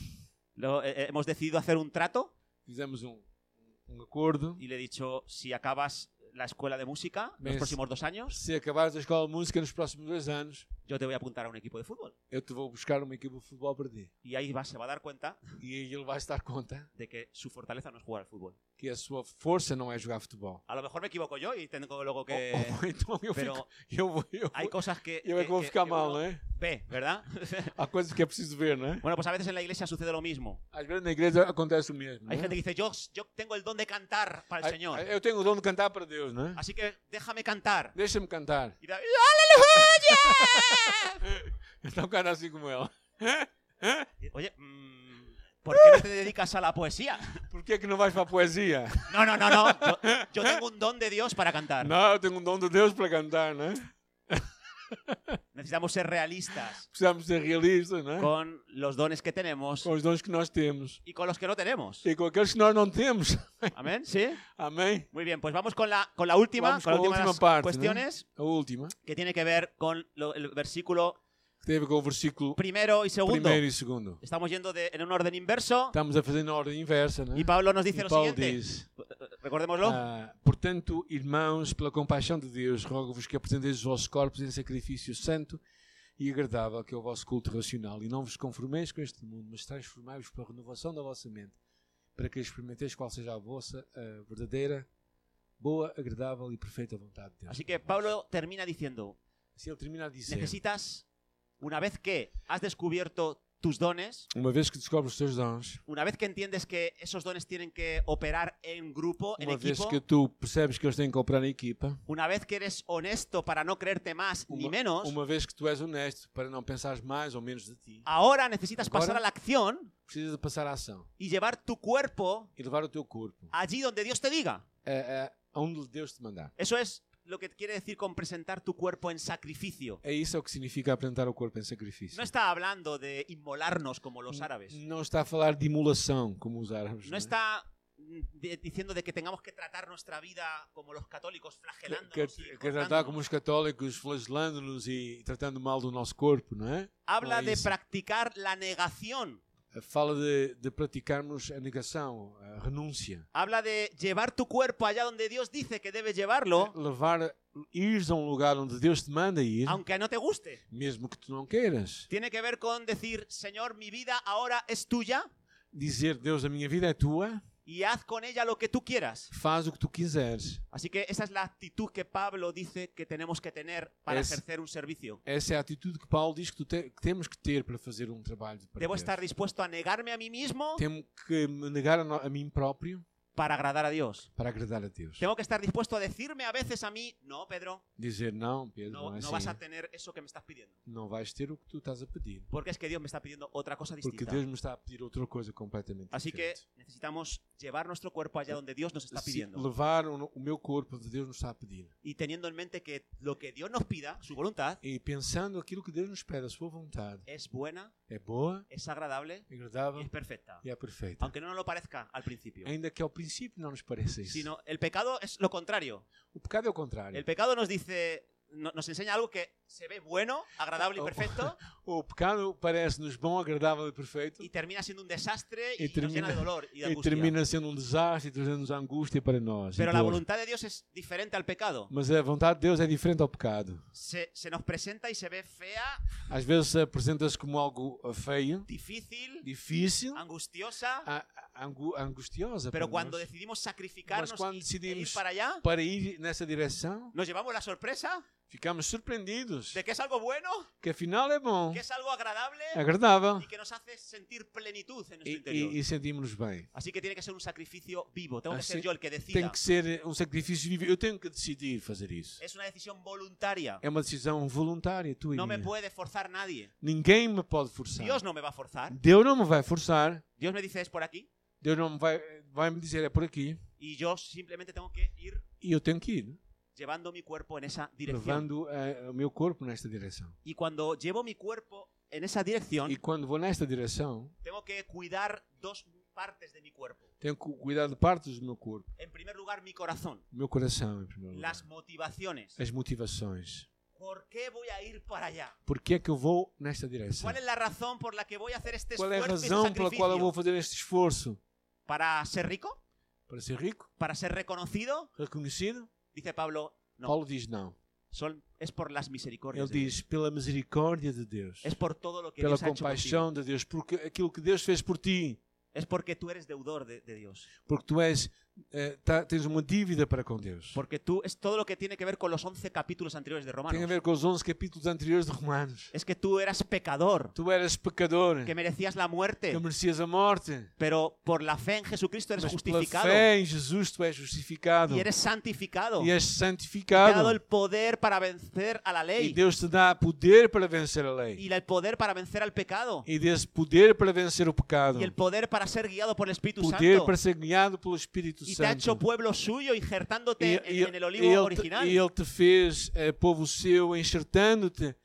[SPEAKER 1] lo- eh, eh, hemos decidido hacer un trato
[SPEAKER 2] Fizemos um, um acordo.
[SPEAKER 1] y le he dicho: Si acabas la escuela de música los
[SPEAKER 2] Ves.
[SPEAKER 1] próximos dos años,
[SPEAKER 2] Se acabares a escola de música nos próximos dois anos,
[SPEAKER 1] yo te voy a apuntar a un equipo de fútbol.
[SPEAKER 2] eu te vou buscar uma equipa de futebol para ti.
[SPEAKER 1] Y ahí va, se va a dar cuenta
[SPEAKER 2] E aí ele vai se dar conta
[SPEAKER 1] de que su fortaleza no es jugar al fútbol.
[SPEAKER 2] que a sua força não é jogar futebol.
[SPEAKER 1] A lo mejor me equivoco yo y tengo luego que.
[SPEAKER 2] Ou- ou então eu,
[SPEAKER 1] pero
[SPEAKER 2] fico, eu, vou- eu,
[SPEAKER 1] Hay cosas que.
[SPEAKER 2] eu é
[SPEAKER 1] que-
[SPEAKER 2] que vou
[SPEAKER 1] que-
[SPEAKER 2] ficar
[SPEAKER 1] que
[SPEAKER 2] mal,
[SPEAKER 1] uno
[SPEAKER 2] não é?
[SPEAKER 1] Ve, ¿verdad?
[SPEAKER 2] Há coisas que é preciso ver, não é?
[SPEAKER 1] bueno, pues a veces en la iglesia sucede lo mismo.
[SPEAKER 2] Às vezes na igreja acontece o mesmo. não
[SPEAKER 1] Hay
[SPEAKER 2] é?
[SPEAKER 1] gente que dice: Yo, yo tengo el don de cantar para el
[SPEAKER 2] Ai-
[SPEAKER 1] Señor.
[SPEAKER 2] ai- Eu tenho o dom de cantar para Deus, não é?
[SPEAKER 1] Así que déjame cantar.
[SPEAKER 2] Deixa-me cantar.
[SPEAKER 1] Y David,
[SPEAKER 2] Então canta assim como ela.
[SPEAKER 1] Oye, mm, ¿por qué no te dedicas a la poesía?
[SPEAKER 2] Porquê que não vais para a poesia?
[SPEAKER 1] No, no, no, no. Yo, yo tengo un don de Dios para cantar.
[SPEAKER 2] Não, eu tenho um dom de Deus para cantar, não é?
[SPEAKER 1] Necesitamos ser realistas
[SPEAKER 2] Precisamos ser realistas, não é?
[SPEAKER 1] con los dones que tenemos
[SPEAKER 2] Com os dons que nós temos.
[SPEAKER 1] y con los que no tenemos.
[SPEAKER 2] E com aqueles que nós não temos.
[SPEAKER 1] Amén, ¿sí?
[SPEAKER 2] Amém?
[SPEAKER 1] Muy bien, pues vamos con la, con la última,
[SPEAKER 2] Vamos
[SPEAKER 1] con la
[SPEAKER 2] con la
[SPEAKER 1] última, de
[SPEAKER 2] última
[SPEAKER 1] las
[SPEAKER 2] parte, ¿no?
[SPEAKER 1] cuestiones
[SPEAKER 2] A última.
[SPEAKER 1] que tiene que ver con lo- el versículo
[SPEAKER 2] Que teve com o versículo
[SPEAKER 1] primero y segundo.
[SPEAKER 2] primeiro e segundo.
[SPEAKER 1] Estamos yendo de- en un orden inverso
[SPEAKER 2] Estamos a fazer na ordem inversa, não é?
[SPEAKER 1] y Pablo nos dice
[SPEAKER 2] E
[SPEAKER 1] lo
[SPEAKER 2] Paulo
[SPEAKER 1] siguiente.
[SPEAKER 2] diz...
[SPEAKER 1] Recordémoslo.
[SPEAKER 2] Ah, portanto, irmãos, pela compaixão de Deus, rogo-vos que apresenteis os vossos corpos em sacrifício santo e agradável, que é o vosso culto racional. E não vos conformeis com este mundo, mas transformai-vos pela renovação da vossa mente, para que experimenteis qual seja a vossa ah, verdadeira, boa, agradável e perfeita vontade de Deus.
[SPEAKER 1] Así que Pablo termina diciendo,
[SPEAKER 2] Se ele termina a dizer,
[SPEAKER 1] Necesitas, una vez que has descubierto tus dones,
[SPEAKER 2] uma vez que descobres os teus dons,
[SPEAKER 1] una vez que entiendes que esos dones tienen que operar en grupo, en
[SPEAKER 2] uma vez
[SPEAKER 1] equipo,
[SPEAKER 2] que tu percebes que eles têm que operar em equipa,
[SPEAKER 1] una vez que eres honesto para no creerte más ni
[SPEAKER 2] uma,
[SPEAKER 1] menos,
[SPEAKER 2] uma vez que tu és honesto para não pensares mais ou menos de ti,
[SPEAKER 1] ahora necesitas
[SPEAKER 2] Agora-
[SPEAKER 1] pasar a la acción
[SPEAKER 2] precisas de passar à ação
[SPEAKER 1] y llevar tu cuerpo
[SPEAKER 2] e levar o teu corpo
[SPEAKER 1] allí donde Dios te diga.
[SPEAKER 2] a, a- aonde Deus te mandar.
[SPEAKER 1] Eso es lo que quiere decir con presentar tu cuerpo en sacrificio.
[SPEAKER 2] É isso o que significa apresentar o corpo em sacrifício.
[SPEAKER 1] No está hablando de inmolarnos como los árabes.
[SPEAKER 2] Não está a falar de imolação, como os árabes.
[SPEAKER 1] No
[SPEAKER 2] é?
[SPEAKER 1] está mm, de- diciendo de que tengamos que tratar nuestra vida como los católicos flagelándonos
[SPEAKER 2] Que,
[SPEAKER 1] y
[SPEAKER 2] que, que tratar
[SPEAKER 1] cortándonos.
[SPEAKER 2] como os católicos, flagelando-nos e tratando mal do nosso corpo, não é?
[SPEAKER 1] Habla
[SPEAKER 2] Não é
[SPEAKER 1] de
[SPEAKER 2] isso.
[SPEAKER 1] practicar la negación.
[SPEAKER 2] Fala de, de praticarmos a negação, a renúncia.
[SPEAKER 1] Habla de llevar tu cuerpo allá donde Dios dice que debes llevarlo,
[SPEAKER 2] Levar, ires a um lugar onde Deus te manda ir,
[SPEAKER 1] aunque no te guste.
[SPEAKER 2] mesmo que tu não queiras.
[SPEAKER 1] Tiene que ver con decir, Señor, mi vida ahora es tuya
[SPEAKER 2] Dizer, Deus, a minha vida é tua,
[SPEAKER 1] y haz con ella lo que tú quieras.
[SPEAKER 2] faz o que tu quiseres.
[SPEAKER 1] Así que esa es la actitud que Pablo dice que tenemos que tener para
[SPEAKER 2] Es-
[SPEAKER 1] ejercer un servicio.
[SPEAKER 2] Essa é a atitude que Paulo diz que, tu te- que temos que ter para fazer um trabalho de
[SPEAKER 1] Debo
[SPEAKER 2] Deus.
[SPEAKER 1] estar dispuesto a negarme a mí mismo
[SPEAKER 2] Tenho que me negar a, no- a mim próprio
[SPEAKER 1] para agradar a Dios.
[SPEAKER 2] para agradar a Deus.
[SPEAKER 1] Tengo que estar dispuesto a decirme a veces a mí, no, Pedro,
[SPEAKER 2] Dizer não, Pedro, não,
[SPEAKER 1] no,
[SPEAKER 2] é
[SPEAKER 1] no
[SPEAKER 2] assim.
[SPEAKER 1] vas a tener eso que me estás pidiendo.
[SPEAKER 2] Não vais ter o que tu estás a pedir.
[SPEAKER 1] Porque es que Dios me está pidiendo otra cosa
[SPEAKER 2] Porque
[SPEAKER 1] distinta.
[SPEAKER 2] Deus me está a pedir outra coisa completamente
[SPEAKER 1] Así que
[SPEAKER 2] diferente.
[SPEAKER 1] necesitamos llevar nuestro cuerpo allá donde Dios nos está
[SPEAKER 2] Se
[SPEAKER 1] pidiendo.
[SPEAKER 2] levar o, o meu corpo onde Deus nos está a pedir.
[SPEAKER 1] Y teniendo en mente que lo que Dios nos pida, su voluntad,
[SPEAKER 2] E pensando aquilo que Deus nos pede, a sua vontade,
[SPEAKER 1] es buena,
[SPEAKER 2] é boa,
[SPEAKER 1] es agradable y
[SPEAKER 2] é agradável
[SPEAKER 1] es perfecta.
[SPEAKER 2] e é perfeita.
[SPEAKER 1] Aunque no nos lo parezca al principio.
[SPEAKER 2] Ainda que ao princípio não nos pareça isso.
[SPEAKER 1] Sino el pecado es lo contrario.
[SPEAKER 2] O pecado é o contrário.
[SPEAKER 1] El pecado nos dice, no- nos enseña algo que se ve bueno, agradable y
[SPEAKER 2] Oh.
[SPEAKER 1] perfecto,
[SPEAKER 2] O pecado parece-nos bom, agradável e perfeito
[SPEAKER 1] y termina siendo un desastre y,
[SPEAKER 2] Y
[SPEAKER 1] nos
[SPEAKER 2] termina-
[SPEAKER 1] llena de dolor y de
[SPEAKER 2] e
[SPEAKER 1] angustia.
[SPEAKER 2] termina sendo um desastre e trazendo-nos angústia para nós. e
[SPEAKER 1] Pero la
[SPEAKER 2] dor.
[SPEAKER 1] voluntad de Dios es diferente al pecado.
[SPEAKER 2] Mas a vontade de Deus é diferente ao pecado.
[SPEAKER 1] Se, se nos presenta y se ve fea,
[SPEAKER 2] Às vezes apresenta-se como algo ah, feio,
[SPEAKER 1] difícil,
[SPEAKER 2] difícil, Ah,
[SPEAKER 1] angustiosa,
[SPEAKER 2] a- a- angu- angustiosa
[SPEAKER 1] pero
[SPEAKER 2] para
[SPEAKER 1] cuando
[SPEAKER 2] nós.
[SPEAKER 1] decidimos sacrificarnos
[SPEAKER 2] Mas quando
[SPEAKER 1] y- e
[SPEAKER 2] decidimos-
[SPEAKER 1] ir para allá,
[SPEAKER 2] Para ir nessa direção,
[SPEAKER 1] nos llevamos la sorpresa
[SPEAKER 2] ficamos surpreendidos
[SPEAKER 1] de que es algo bueno,
[SPEAKER 2] que afinal é bom,
[SPEAKER 1] que es algo agradable
[SPEAKER 2] agradável
[SPEAKER 1] y que nos hace sentir plenitud en nuestro
[SPEAKER 2] e,
[SPEAKER 1] interior.
[SPEAKER 2] e- e sentimos-nos bem.
[SPEAKER 1] Así que tiene que ser un sacrificio vivo. Tengo que
[SPEAKER 2] Así-
[SPEAKER 1] ser yo el que decida.
[SPEAKER 2] Tem que ser um sacrifício vivo. Eu tenho que decidir fazer isso.
[SPEAKER 1] Es una decisión voluntaria.
[SPEAKER 2] É uma decisão voluntária, tua e
[SPEAKER 1] No me
[SPEAKER 2] minha.
[SPEAKER 1] puede forzar nadie.
[SPEAKER 2] Ninguém me pode forçar.
[SPEAKER 1] Dios no me va a forzar.
[SPEAKER 2] Deus não me vai forçar.
[SPEAKER 1] Dios me dice es por aquí
[SPEAKER 2] Deus não me vai, vai me dizer é por aqui
[SPEAKER 1] y yo simplemente tengo que ir
[SPEAKER 2] e eu tenho que ir,
[SPEAKER 1] llevando mi cuerpo en esa dirección.
[SPEAKER 2] levando eh, o meu corpo nesta direção.
[SPEAKER 1] Y cuando llevo mi cuerpo en esa dirección,
[SPEAKER 2] E quando vou nesta direção,
[SPEAKER 1] tengo que cuidar dos partes de mi cuerpo.
[SPEAKER 2] tenho que cuidar de partes do meu corpo,
[SPEAKER 1] En primer lugar, mi corazón,
[SPEAKER 2] do meu coração em primeiro lugar,
[SPEAKER 1] las motivaciones.
[SPEAKER 2] as motivações.
[SPEAKER 1] ¿Por qué voy a ir para allá?
[SPEAKER 2] Por que é que eu vou nesta direção?
[SPEAKER 1] ¿Cuál es la razón por la que voy a hacer este
[SPEAKER 2] Qual é a
[SPEAKER 1] esfuerzo y este
[SPEAKER 2] razão pela qual eu
[SPEAKER 1] sacrificio?
[SPEAKER 2] vou fazer este esforço?
[SPEAKER 1] ¿Para ser rico?
[SPEAKER 2] Para ser rico,
[SPEAKER 1] ¿Para ser reconocido?
[SPEAKER 2] reconhecido?
[SPEAKER 1] Dice Pablo, no.
[SPEAKER 2] Paulo diz não.
[SPEAKER 1] Son- es por las
[SPEAKER 2] Ele
[SPEAKER 1] misericordias. de Dios.
[SPEAKER 2] diz pela misericórdia de Deus,
[SPEAKER 1] Es por todo lo que
[SPEAKER 2] pela
[SPEAKER 1] Dios ha hecho contigo.
[SPEAKER 2] compaixão de Deus, porque aquilo que Deus fez por ti,
[SPEAKER 1] Es porque tú eres deudor de, de Dios.
[SPEAKER 2] porque tu és eh, tá- tens uma dívida para com Deus.
[SPEAKER 1] Porque tú es todo lo que tiene que ver con los 11 capítulos anteriores de
[SPEAKER 2] Tem a
[SPEAKER 1] Romanos.
[SPEAKER 2] ver com os 11 capítulos anteriores de Romanos.
[SPEAKER 1] Es que tú eras pecador,
[SPEAKER 2] Tu eras pecador,
[SPEAKER 1] que é?
[SPEAKER 2] que
[SPEAKER 1] merecías la muerte,
[SPEAKER 2] merecias a morte,
[SPEAKER 1] pero por la fe en Jesucristo eres
[SPEAKER 2] mas pela
[SPEAKER 1] justificado
[SPEAKER 2] fé em Jesus tu és justificado
[SPEAKER 1] y eres santificado.
[SPEAKER 2] e
[SPEAKER 1] Y
[SPEAKER 2] és
[SPEAKER 1] te ha dado el
[SPEAKER 2] santificado.
[SPEAKER 1] poder para vencer a la
[SPEAKER 2] E
[SPEAKER 1] ley
[SPEAKER 2] Deus te dá poder para vencer a lei.
[SPEAKER 1] y la- el poder para vencer al pecado
[SPEAKER 2] E desse poder para vencer o pecado.
[SPEAKER 1] y el poder para ser guiado por el Espíritu
[SPEAKER 2] Poder
[SPEAKER 1] Santo.
[SPEAKER 2] para ser guiado pelo Espírito
[SPEAKER 1] Y te ha hecho
[SPEAKER 2] Santo.
[SPEAKER 1] pueblo suyo injertándote
[SPEAKER 2] E-
[SPEAKER 1] en,
[SPEAKER 2] e-
[SPEAKER 1] en el
[SPEAKER 2] e
[SPEAKER 1] olivo
[SPEAKER 2] ele, te-
[SPEAKER 1] original.
[SPEAKER 2] e ele te fez eh, povo seu, enxertando-te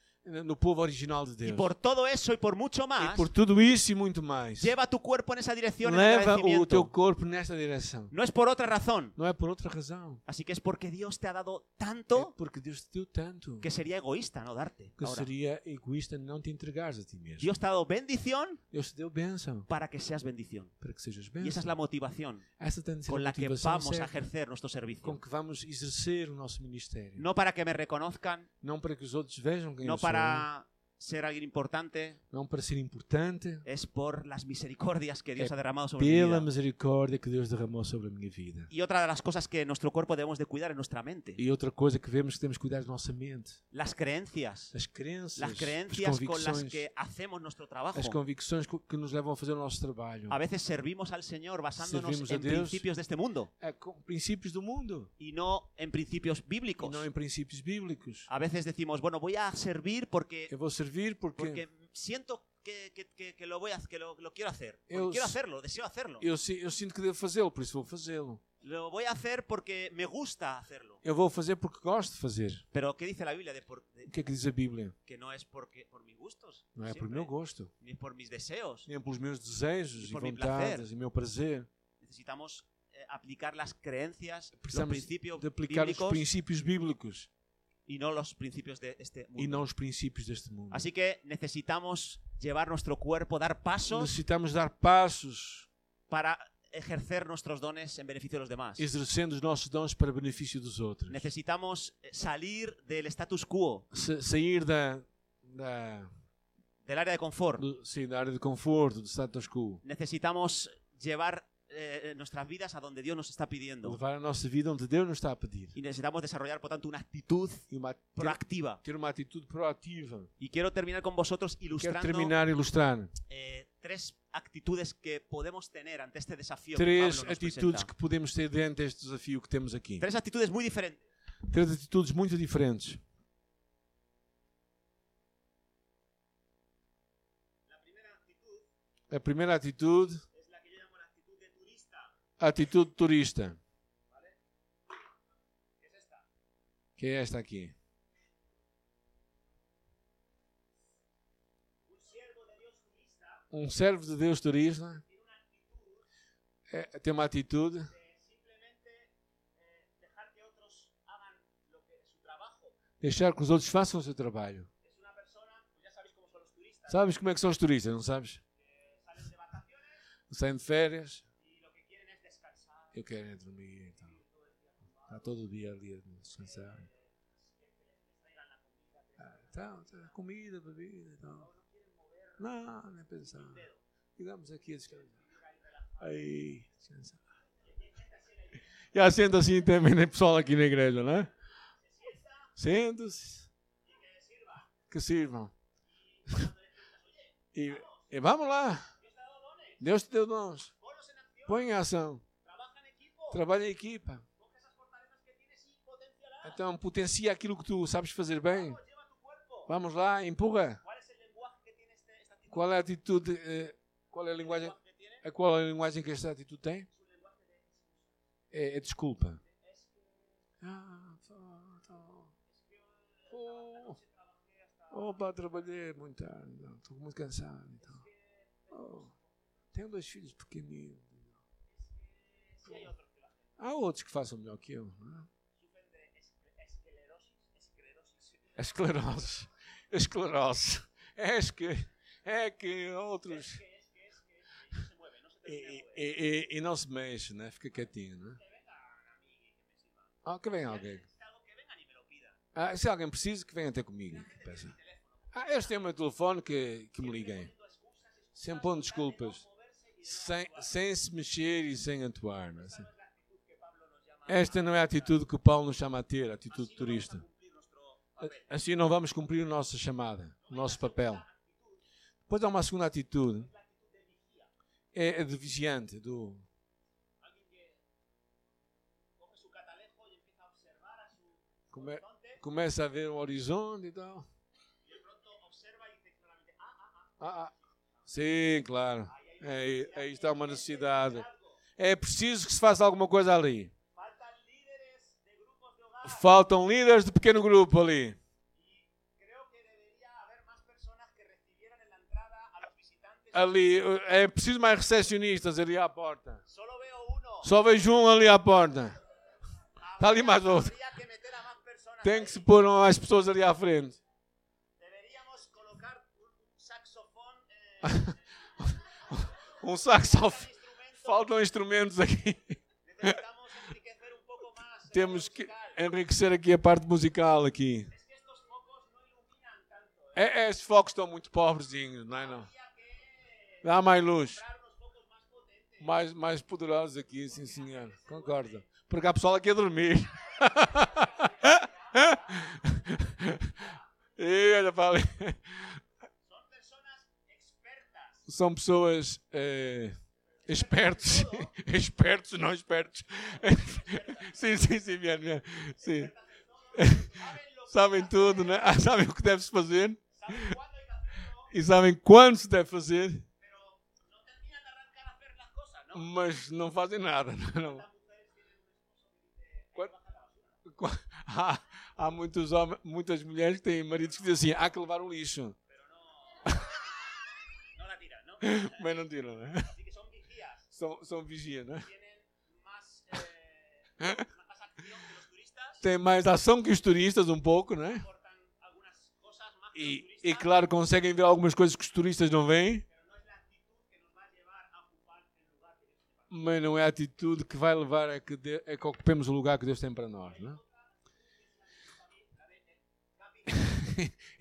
[SPEAKER 2] no povo original de
[SPEAKER 1] Y
[SPEAKER 2] Deus.
[SPEAKER 1] por todo eso y por mucho
[SPEAKER 2] E
[SPEAKER 1] más,
[SPEAKER 2] por tudo isso e muito mais.
[SPEAKER 1] lleva tu cuerpo en esa dirección en
[SPEAKER 2] Leva o
[SPEAKER 1] agradecimiento.
[SPEAKER 2] teu corpo nesta direção.
[SPEAKER 1] No es por otra razón.
[SPEAKER 2] Não é por outra razão.
[SPEAKER 1] Así que es porque Dios te ha dado
[SPEAKER 2] É
[SPEAKER 1] tanto
[SPEAKER 2] porque Deus te deu tanto
[SPEAKER 1] que sería egoísta no darte.
[SPEAKER 2] que
[SPEAKER 1] ahora.
[SPEAKER 2] seria egoísta não te entregares a ti mesmo.
[SPEAKER 1] Dios te ha dado bendición
[SPEAKER 2] Deus te deu bênção
[SPEAKER 1] para que seas bendición.
[SPEAKER 2] para que sejas
[SPEAKER 1] Y esa
[SPEAKER 2] bênção.
[SPEAKER 1] es la motivação
[SPEAKER 2] Essa tem de ser
[SPEAKER 1] con
[SPEAKER 2] a
[SPEAKER 1] la que
[SPEAKER 2] motivação
[SPEAKER 1] vamos a
[SPEAKER 2] certa
[SPEAKER 1] ejercer nuestro
[SPEAKER 2] com
[SPEAKER 1] servicio.
[SPEAKER 2] que vamos exercer o nosso ministério.
[SPEAKER 1] No para que me reconozcan,
[SPEAKER 2] Não para que os outros vejam quem eu
[SPEAKER 1] no
[SPEAKER 2] sou,
[SPEAKER 1] para ser alguien importante,
[SPEAKER 2] não para ser importante,
[SPEAKER 1] es por las misericordias que Dios
[SPEAKER 2] É
[SPEAKER 1] ha derramado sobre mi
[SPEAKER 2] pela
[SPEAKER 1] vida.
[SPEAKER 2] misericórdia que Deus derramou sobre a minha vida.
[SPEAKER 1] Y otra de las cosas que nuestro cuerpo debemos de cuidar es nuestra mente.
[SPEAKER 2] E outra coisa que vemos que temos que cuidar da nossa mente,
[SPEAKER 1] Las creencias.
[SPEAKER 2] as crenças,
[SPEAKER 1] Las
[SPEAKER 2] as
[SPEAKER 1] creencias con
[SPEAKER 2] convicções,
[SPEAKER 1] las que hacemos nuestro
[SPEAKER 2] as
[SPEAKER 1] trabajo.
[SPEAKER 2] convicções co- que nos levam a fazer o nosso trabalho,
[SPEAKER 1] A veces servimos al Señor basándonos
[SPEAKER 2] Servimos a
[SPEAKER 1] en
[SPEAKER 2] Dios.
[SPEAKER 1] principios de este mundo
[SPEAKER 2] é, com princípios do mundo,
[SPEAKER 1] y no en principios
[SPEAKER 2] e
[SPEAKER 1] bíblicos.
[SPEAKER 2] não em princípios bíblicos.
[SPEAKER 1] A veces decimos, bueno, voy a servir porque,
[SPEAKER 2] Eu vou servir porque,
[SPEAKER 1] porque siento que, que- que- que lo voy a, que lo, lo quiero hacer. Porque
[SPEAKER 2] Eu
[SPEAKER 1] quiero
[SPEAKER 2] s-
[SPEAKER 1] hacerlo, deseo hacerlo.
[SPEAKER 2] eu, si- eu sinto que devo fazê-lo, por isso vou fazê-lo.
[SPEAKER 1] Lo voy a hacer porque me gusta hacerlo.
[SPEAKER 2] Eu vou fazer porque gosto de fazer.
[SPEAKER 1] Pero ¿qué dice la Biblia de, por- de-
[SPEAKER 2] O que é que diz a Bíblia?
[SPEAKER 1] que no es porque por mis gustos,
[SPEAKER 2] Não é por
[SPEAKER 1] siempre,
[SPEAKER 2] meu gosto,
[SPEAKER 1] ni por mis deseos?
[SPEAKER 2] nem pelos meus desejos
[SPEAKER 1] E
[SPEAKER 2] e
[SPEAKER 1] por meu
[SPEAKER 2] vontades
[SPEAKER 1] prazer.
[SPEAKER 2] e meu prazer.
[SPEAKER 1] Necesitamos eh, aplicar las creencias, los
[SPEAKER 2] Precisamos
[SPEAKER 1] principios
[SPEAKER 2] de aplicar os
[SPEAKER 1] bíblicos
[SPEAKER 2] princípios bíblicos
[SPEAKER 1] y no los principios de este mundo. Assim
[SPEAKER 2] e não os princípios deste mundo.
[SPEAKER 1] Así que necesitamos llevar nuestro cuerpo, dar pasos
[SPEAKER 2] Necessitamos dar passos,
[SPEAKER 1] para ejercer nuestros dones en beneficio de los demás.
[SPEAKER 2] exercendo os nossos dons para benefício dos outros.
[SPEAKER 1] Né. Necesitamos eh, salir del status quo,
[SPEAKER 2] Sa- sair da, da,
[SPEAKER 1] del área de confort.
[SPEAKER 2] do- sim, da área de conforto, do status quo.
[SPEAKER 1] Necesitamos llevar eh, nuestras vidas a donde Dios nos está pidiendo.
[SPEAKER 2] Levar a nossa vida onde Deus nos está a pedir.
[SPEAKER 1] Y necesitamos desarrollar, por tanto, una actitud
[SPEAKER 2] E uma, ter,
[SPEAKER 1] proactiva.
[SPEAKER 2] ter uma atitude proativa.
[SPEAKER 1] Y quiero terminar con vosotros
[SPEAKER 2] Quero
[SPEAKER 1] ilustrando
[SPEAKER 2] terminar ilustrando
[SPEAKER 1] eh, tres actitudes que podemos tener ante este desafío. que
[SPEAKER 2] três
[SPEAKER 1] Pablo nos
[SPEAKER 2] atitudes
[SPEAKER 1] presenta.
[SPEAKER 2] que podemos ter diante deste desafio que temos aqui.
[SPEAKER 1] Tres actitudes muy diferentes.
[SPEAKER 2] Três atitudes muito diferentes. A primeira atitude
[SPEAKER 1] Es la que yo llamo la actitud de turista.
[SPEAKER 2] Atitude turista. é Que é esta aqui. Um servo de Deus turista é, tem uma atitude
[SPEAKER 1] de simplemente eh, dejar que otros hagan lo que su trabajo,
[SPEAKER 2] de deixar que os outros façam o seu trabalho.
[SPEAKER 1] Es una persona, pues ya sabéis cómo son los turistas,
[SPEAKER 2] Sabes como é que são os turistas, não sabes?
[SPEAKER 1] salen de vacaciones
[SPEAKER 2] Saem de férias,
[SPEAKER 1] y lo que quieren es descansar.
[SPEAKER 2] eu quero é dormir e tal. Está todo o dia ali a descansar. Ah, Então, tá, comida, bebida e tal. Não, nem pensar. Digamos aqui a descansar. Aí, descansar. E assenta assim também, né, pessoal aqui na igreja, não é? Sendo-se. Que sirvam. E, e vamos lá. Deus te deu dons.
[SPEAKER 1] Ponlos en acción,
[SPEAKER 2] Põe em ação.
[SPEAKER 1] trabaja en equipo,
[SPEAKER 2] Trabalha em equipa.
[SPEAKER 1] coge esas fortalezas que tienes y potencialas.
[SPEAKER 2] Então potencia aquilo que tu sabes fazer bem.
[SPEAKER 1] Pues lleva tu cuerpo.
[SPEAKER 2] Vamos lá, empurra.
[SPEAKER 1] ¿Cuál es el lenguaje que tiene este, esta actitud?
[SPEAKER 2] Qual é a atitude? eh, Qual é a linguagem?
[SPEAKER 1] que tiene?
[SPEAKER 2] A qual é a linguagem que esta atitude tem? É, é desculpa. Ah, tá, tá. Oh, opa, trabalhei muito tarde. Estou muito cansado. Então. Oh, tenho dois filhos pequeninos. então.
[SPEAKER 1] Sí, hay otros que lo hacen.
[SPEAKER 2] Há outros que façam melhor que eu. Não é?
[SPEAKER 1] Sufren de escle- esclerosis, esclerosis.
[SPEAKER 2] A esclerose. A esclerose. É que, é que outros.
[SPEAKER 1] Que es, que es, que es, que no se mueve, no se termina de
[SPEAKER 2] E, e-
[SPEAKER 1] mover.
[SPEAKER 2] e- e- e não se mexe, né? Fica quietinho, né? Ah, que vem alguém.
[SPEAKER 1] Es algo que vengan y me lo pidan.
[SPEAKER 2] Ah, se alguém precisa, que venha até comigo. Peça. Ah, este é o meu telefone que, que me liguem. Sem pondo desculpas. Sem, sem se mexer e sem atuar. Né? Sem- Esta não é a atitude que o Paulo nos chama a ter, a atitude de turista. A- Assim não vamos cumprir a nossa chamada, o nosso papel. Depois há uma segunda atitude. É a de vigiante, do,
[SPEAKER 1] Alguien que coge su catalejo y empieza a observar a su
[SPEAKER 2] come-
[SPEAKER 1] horizonte
[SPEAKER 2] começa a ver um horizonte e tal.
[SPEAKER 1] y de pronto observa y dice claramente, ah, ah, ah,
[SPEAKER 2] Ah, ah. Sim, claro. É, Aí, aí está uma necessidade. É preciso que se faça alguma coisa ali.
[SPEAKER 1] faltan líderes de grupos de hogar.
[SPEAKER 2] Faltam líderes de pequeno grupo ali.
[SPEAKER 1] Creo que debería haber más personas que recibieran en la entrada a los visitantes.
[SPEAKER 2] Ali uh, é preciso mais recepcionistas ali à porta.
[SPEAKER 1] Solo veo uno.
[SPEAKER 2] Só vejo um ali à porta. Está ali mais outro.
[SPEAKER 1] Habría que meter a más personas.
[SPEAKER 2] Tem
[SPEAKER 1] ahí.
[SPEAKER 2] que se pôr mais pessoas ali à frente.
[SPEAKER 1] Deberíamos colocar un, un saxofón. eh,
[SPEAKER 2] Um saxofone.
[SPEAKER 1] instrumento.
[SPEAKER 2] Faltam instrumentos aqui.
[SPEAKER 1] Necesitamos enriquecer un poco más. el
[SPEAKER 2] Temos que
[SPEAKER 1] mundo musical.
[SPEAKER 2] enriquecer aqui a parte musical aqui.
[SPEAKER 1] Es que estos focos no iluminan tanto. ¿eh?
[SPEAKER 2] É, é, esses focos estão muito pobrezinhos, não é não?
[SPEAKER 1] Habría que
[SPEAKER 2] Dá mais luz.
[SPEAKER 1] comprar unos focos más potentes.
[SPEAKER 2] mais, mais poderosos aqui, sim senhor. Concordo. Porque há pessoal aqui a dormir. e olha para ali.
[SPEAKER 1] Son personas expertas.
[SPEAKER 2] São pessoas eh, espertos. Espertos, não espertos. sim, sim, sim, bien, bien. Sim.
[SPEAKER 1] Saben lo que
[SPEAKER 2] Sabem tudo, né? Ah, sabem o que deve-se fazer
[SPEAKER 1] saben cuándo hay que hacerlo,
[SPEAKER 2] e sabem quando se deve fazer,
[SPEAKER 1] pero no terminan de arrancar a hacer las cosas,
[SPEAKER 2] Mm.
[SPEAKER 1] ¿no?
[SPEAKER 2] mas não fazem nada. Não. é?
[SPEAKER 1] Las mujeres tienen un esposo que dice,
[SPEAKER 2] Cuan-
[SPEAKER 1] "Baja la basura".
[SPEAKER 2] Há, há muitos homens, muitas mulheres que têm maridos que dizem assim: há que levar o lixo.
[SPEAKER 1] No la tiran, ¿no?
[SPEAKER 2] Mas não tiram, né?
[SPEAKER 1] Así que son vigías.
[SPEAKER 2] São, são vigia, né?
[SPEAKER 1] Tienen más, eh, más acción que los turistas.
[SPEAKER 2] Tem mais ação que os turistas, um pouco, né?
[SPEAKER 1] Cortan algunas cosas más que
[SPEAKER 2] E,
[SPEAKER 1] los
[SPEAKER 2] e
[SPEAKER 1] turistas.
[SPEAKER 2] claro, conseguem ver algumas coisas que os turistas não veem,
[SPEAKER 1] Pero no es la actitud que nos va a llevar a ocupar el lugar que Dios nos va a
[SPEAKER 2] mas não é a atitude que vai levar a que, de, a que ocupemos o lugar que Deus tem para nós, né?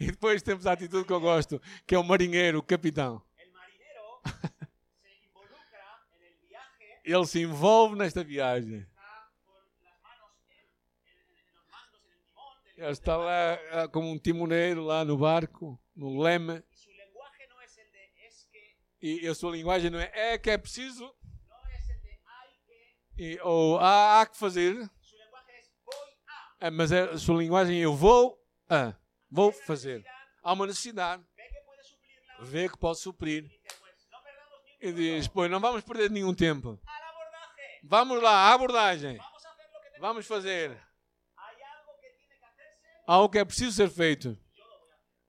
[SPEAKER 2] e depois temos a atitude que eu gosto, que é o marinheiro, o capitão.
[SPEAKER 1] dar. El marinero se involucra en el viaje,
[SPEAKER 2] Ele se envolve nesta viagem.
[SPEAKER 1] está con las manos en, en- en los mandos, en el timón. del-
[SPEAKER 2] Ele está lá ah, como um timoneiro lá no barco, no
[SPEAKER 1] y
[SPEAKER 2] leme,
[SPEAKER 1] su lenguaje no es el de es que,
[SPEAKER 2] e a sua linguagem não é é que é preciso,
[SPEAKER 1] no es el de hay que,
[SPEAKER 2] e, ou "Ah, há, há que fazer,
[SPEAKER 1] su lenguaje es voy a.
[SPEAKER 2] Ah, mas a sua linguagem eu vou ah, vou
[SPEAKER 1] Ve la
[SPEAKER 2] fazer.
[SPEAKER 1] necesidad,
[SPEAKER 2] Há uma necessidade,
[SPEAKER 1] Ve que puede suplirla
[SPEAKER 2] vê que posso
[SPEAKER 1] y
[SPEAKER 2] suprir.
[SPEAKER 1] dice, pues no perdamos ni un
[SPEAKER 2] E
[SPEAKER 1] minuto.
[SPEAKER 2] diz, pois não vamos perder nenhum tempo.
[SPEAKER 1] Al abordaje.
[SPEAKER 2] Vamos lá, à abordagem.
[SPEAKER 1] Vamos a hacer lo que tenemos
[SPEAKER 2] Vamos
[SPEAKER 1] que hacer.
[SPEAKER 2] fazer.
[SPEAKER 1] Hay algo que tiene que hacerse.
[SPEAKER 2] Há o que é preciso ser feito.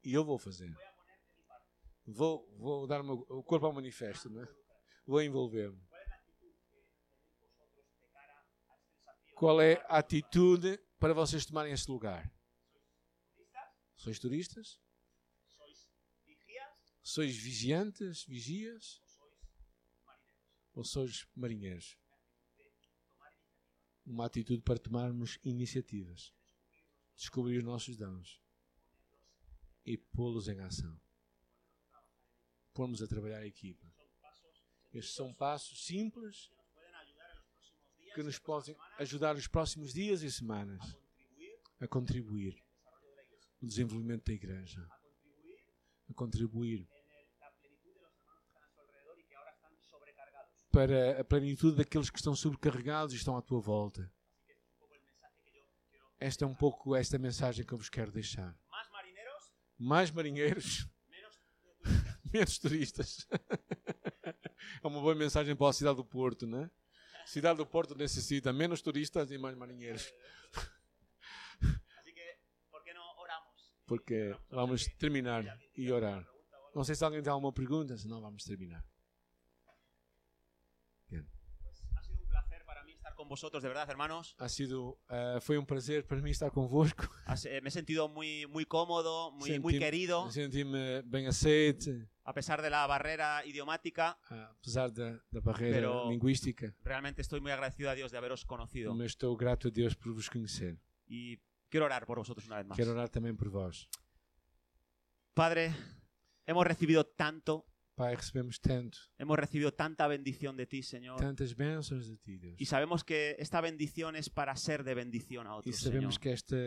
[SPEAKER 2] E eu vou fazer. Vou, vou dar o meu- o corpo ao manifesto, né? Vou envolver-me. Qual é a atitude para vocês tomarem este lugar? Sois turistas?
[SPEAKER 1] ¿Sois vigías
[SPEAKER 2] Sois vigiantes, vigias?
[SPEAKER 1] o sois marineros?
[SPEAKER 2] Ou sois marinheiros? Uma atitude para tomarmos iniciativas, descobrir os nossos dons e pô-los em ação. Pormos a trabalhar a equipa. Estes são passos simples
[SPEAKER 1] Pueden ayudar en los próximos días
[SPEAKER 2] que
[SPEAKER 1] y
[SPEAKER 2] nos
[SPEAKER 1] en las
[SPEAKER 2] podem
[SPEAKER 1] próximas semanas
[SPEAKER 2] ajudar nos próximos dias e semanas
[SPEAKER 1] a contribuir
[SPEAKER 2] a
[SPEAKER 1] en
[SPEAKER 2] contribuir
[SPEAKER 1] el desarrollo de la iglesia,
[SPEAKER 2] no desenvolvimento da igreja,
[SPEAKER 1] a contribuir
[SPEAKER 2] a contribuir
[SPEAKER 1] en el- la plenitud de los hermanos que están a su alrededor y que ahora están sobrecargados.
[SPEAKER 2] para a plenitude daqueles que estão sobrecarregados e estão à tua volta.
[SPEAKER 1] Es un poco el mensaje que yo quiero.
[SPEAKER 2] Esta é um pouco esta mensagem que eu vos quero deixar.
[SPEAKER 1] Más marineros,
[SPEAKER 2] Mais marinheiros,
[SPEAKER 1] menos
[SPEAKER 2] menos turistas. É uma boa mensagem para a cidade do Porto, né? A cidade do Porto necessita menos turistas e mais marinheiros,
[SPEAKER 1] Así que, ¿por qué no oramos?
[SPEAKER 2] porque vamos terminar e orar. Não sei se alguém tem alguma pergunta, senão vamos terminar.
[SPEAKER 1] Pues ha sido un placer para mí estar con vosotros, de verdad, hermanos.
[SPEAKER 2] Ha sido, ah, foi um prazer para mim estar convosco.
[SPEAKER 1] Has- eh, Me he sentido muy, muy cómodo, muy, muy
[SPEAKER 2] Senti-
[SPEAKER 1] querido,
[SPEAKER 2] Senti-me bem aceite,
[SPEAKER 1] a pesar de la barrera idiomática.
[SPEAKER 2] ah, apesar da, da barreira
[SPEAKER 1] Pero-
[SPEAKER 2] linguística.
[SPEAKER 1] Realmente estoy muy agradecido a Dios de haberos conocido.
[SPEAKER 2] Mas estou grato a Deus por vos conhecer.
[SPEAKER 1] Y quiero orar por vosotros una vez más.
[SPEAKER 2] Quero orar também por vós.
[SPEAKER 1] Padre, hemos recibido tanto,
[SPEAKER 2] Pai, recebemos tanto,
[SPEAKER 1] hemos recibido tanta bendición de ti, Señor.
[SPEAKER 2] tantas bênçãos de ti, Deus.
[SPEAKER 1] Y sabemos que esta bendición es para ser de bendición a
[SPEAKER 2] E
[SPEAKER 1] otros, Señor.
[SPEAKER 2] sabemos que esta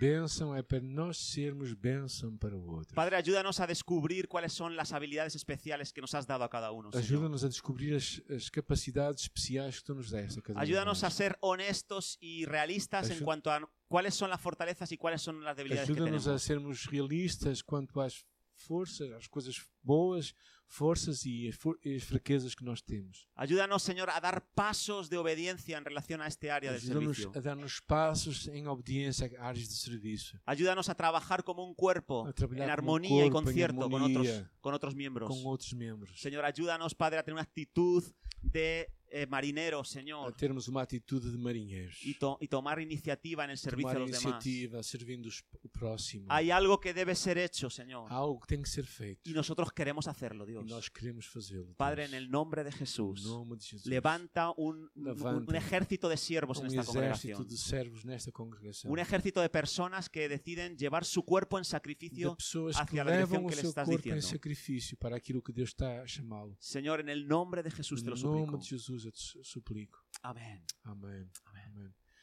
[SPEAKER 2] bênção é para nós sermos bênção para o outro.
[SPEAKER 1] Padre, ayúdanos a descubrir cuáles son las habilidades especiales que nos has dado a cada uno. Señor.
[SPEAKER 2] Ajuda-nos a descobrir as, as capacidades especiais que tu nos deste a cada um de
[SPEAKER 1] Ayúdanos a
[SPEAKER 2] nós.
[SPEAKER 1] ser honestos y realistas en
[SPEAKER 2] Ayu-
[SPEAKER 1] cuanto a cuáles son las fortalezas y cuáles son las debilidades que
[SPEAKER 2] Ajuda-nos a
[SPEAKER 1] tenemos.
[SPEAKER 2] sermos realistas quanto às forças, às coisas boas, forças e as, for- e as fraquezas que nós temos.
[SPEAKER 1] Ayúdanos, Señor, a dar pasos de obediencia en relación a este área del
[SPEAKER 2] Ajuda-nos
[SPEAKER 1] servicio.
[SPEAKER 2] a dar-nos passos em obediência a áreas de serviço,
[SPEAKER 1] Ayúdanos a trabajar como un cuerpo
[SPEAKER 2] A trabalhar
[SPEAKER 1] en
[SPEAKER 2] como
[SPEAKER 1] armonía y
[SPEAKER 2] corpo, en
[SPEAKER 1] concierto con otros,
[SPEAKER 2] armonía.
[SPEAKER 1] con otros miembros.
[SPEAKER 2] com outros membros.
[SPEAKER 1] Señor, ayúdanos, Padre, a tener una actitud de eh, marinero,
[SPEAKER 2] A
[SPEAKER 1] Señor,
[SPEAKER 2] termos uma atitude de marinheiros.
[SPEAKER 1] y, to- y tomar iniciativa en el servicio
[SPEAKER 2] Tomar
[SPEAKER 1] a los demás.
[SPEAKER 2] iniciativa, servindo os- o próximo.
[SPEAKER 1] Hay algo que debe ser hecho, Señor,
[SPEAKER 2] Algo que tem que ser feito.
[SPEAKER 1] y nosotros queremos hacerlo,
[SPEAKER 2] E
[SPEAKER 1] Dios.
[SPEAKER 2] nós queremos fazê-lo.
[SPEAKER 1] Padre,
[SPEAKER 2] Deus.
[SPEAKER 1] en el nombre de
[SPEAKER 2] Em
[SPEAKER 1] Jesús.
[SPEAKER 2] nome de Jesus.
[SPEAKER 1] Levanta un, un-
[SPEAKER 2] Levanta
[SPEAKER 1] un ejército de siervos en
[SPEAKER 2] um
[SPEAKER 1] esta
[SPEAKER 2] exército
[SPEAKER 1] congregación.
[SPEAKER 2] de servos nesta congregação.
[SPEAKER 1] Un ejército de personas que deciden llevar su cuerpo en
[SPEAKER 2] de
[SPEAKER 1] sacrificio.
[SPEAKER 2] pessoas que
[SPEAKER 1] hacia a
[SPEAKER 2] levam
[SPEAKER 1] direção
[SPEAKER 2] o
[SPEAKER 1] que lhe
[SPEAKER 2] seu
[SPEAKER 1] estás
[SPEAKER 2] corpo em
[SPEAKER 1] dizendo.
[SPEAKER 2] sacrifício para aquilo que Deus está a chamá-lo.
[SPEAKER 1] Señor, en el nombre de Jesús
[SPEAKER 2] Em
[SPEAKER 1] te lo
[SPEAKER 2] nome
[SPEAKER 1] suplico.
[SPEAKER 2] de Jesus eu te su- suplico.
[SPEAKER 1] Amén.
[SPEAKER 2] Amém.
[SPEAKER 1] Amém.
[SPEAKER 2] Amém.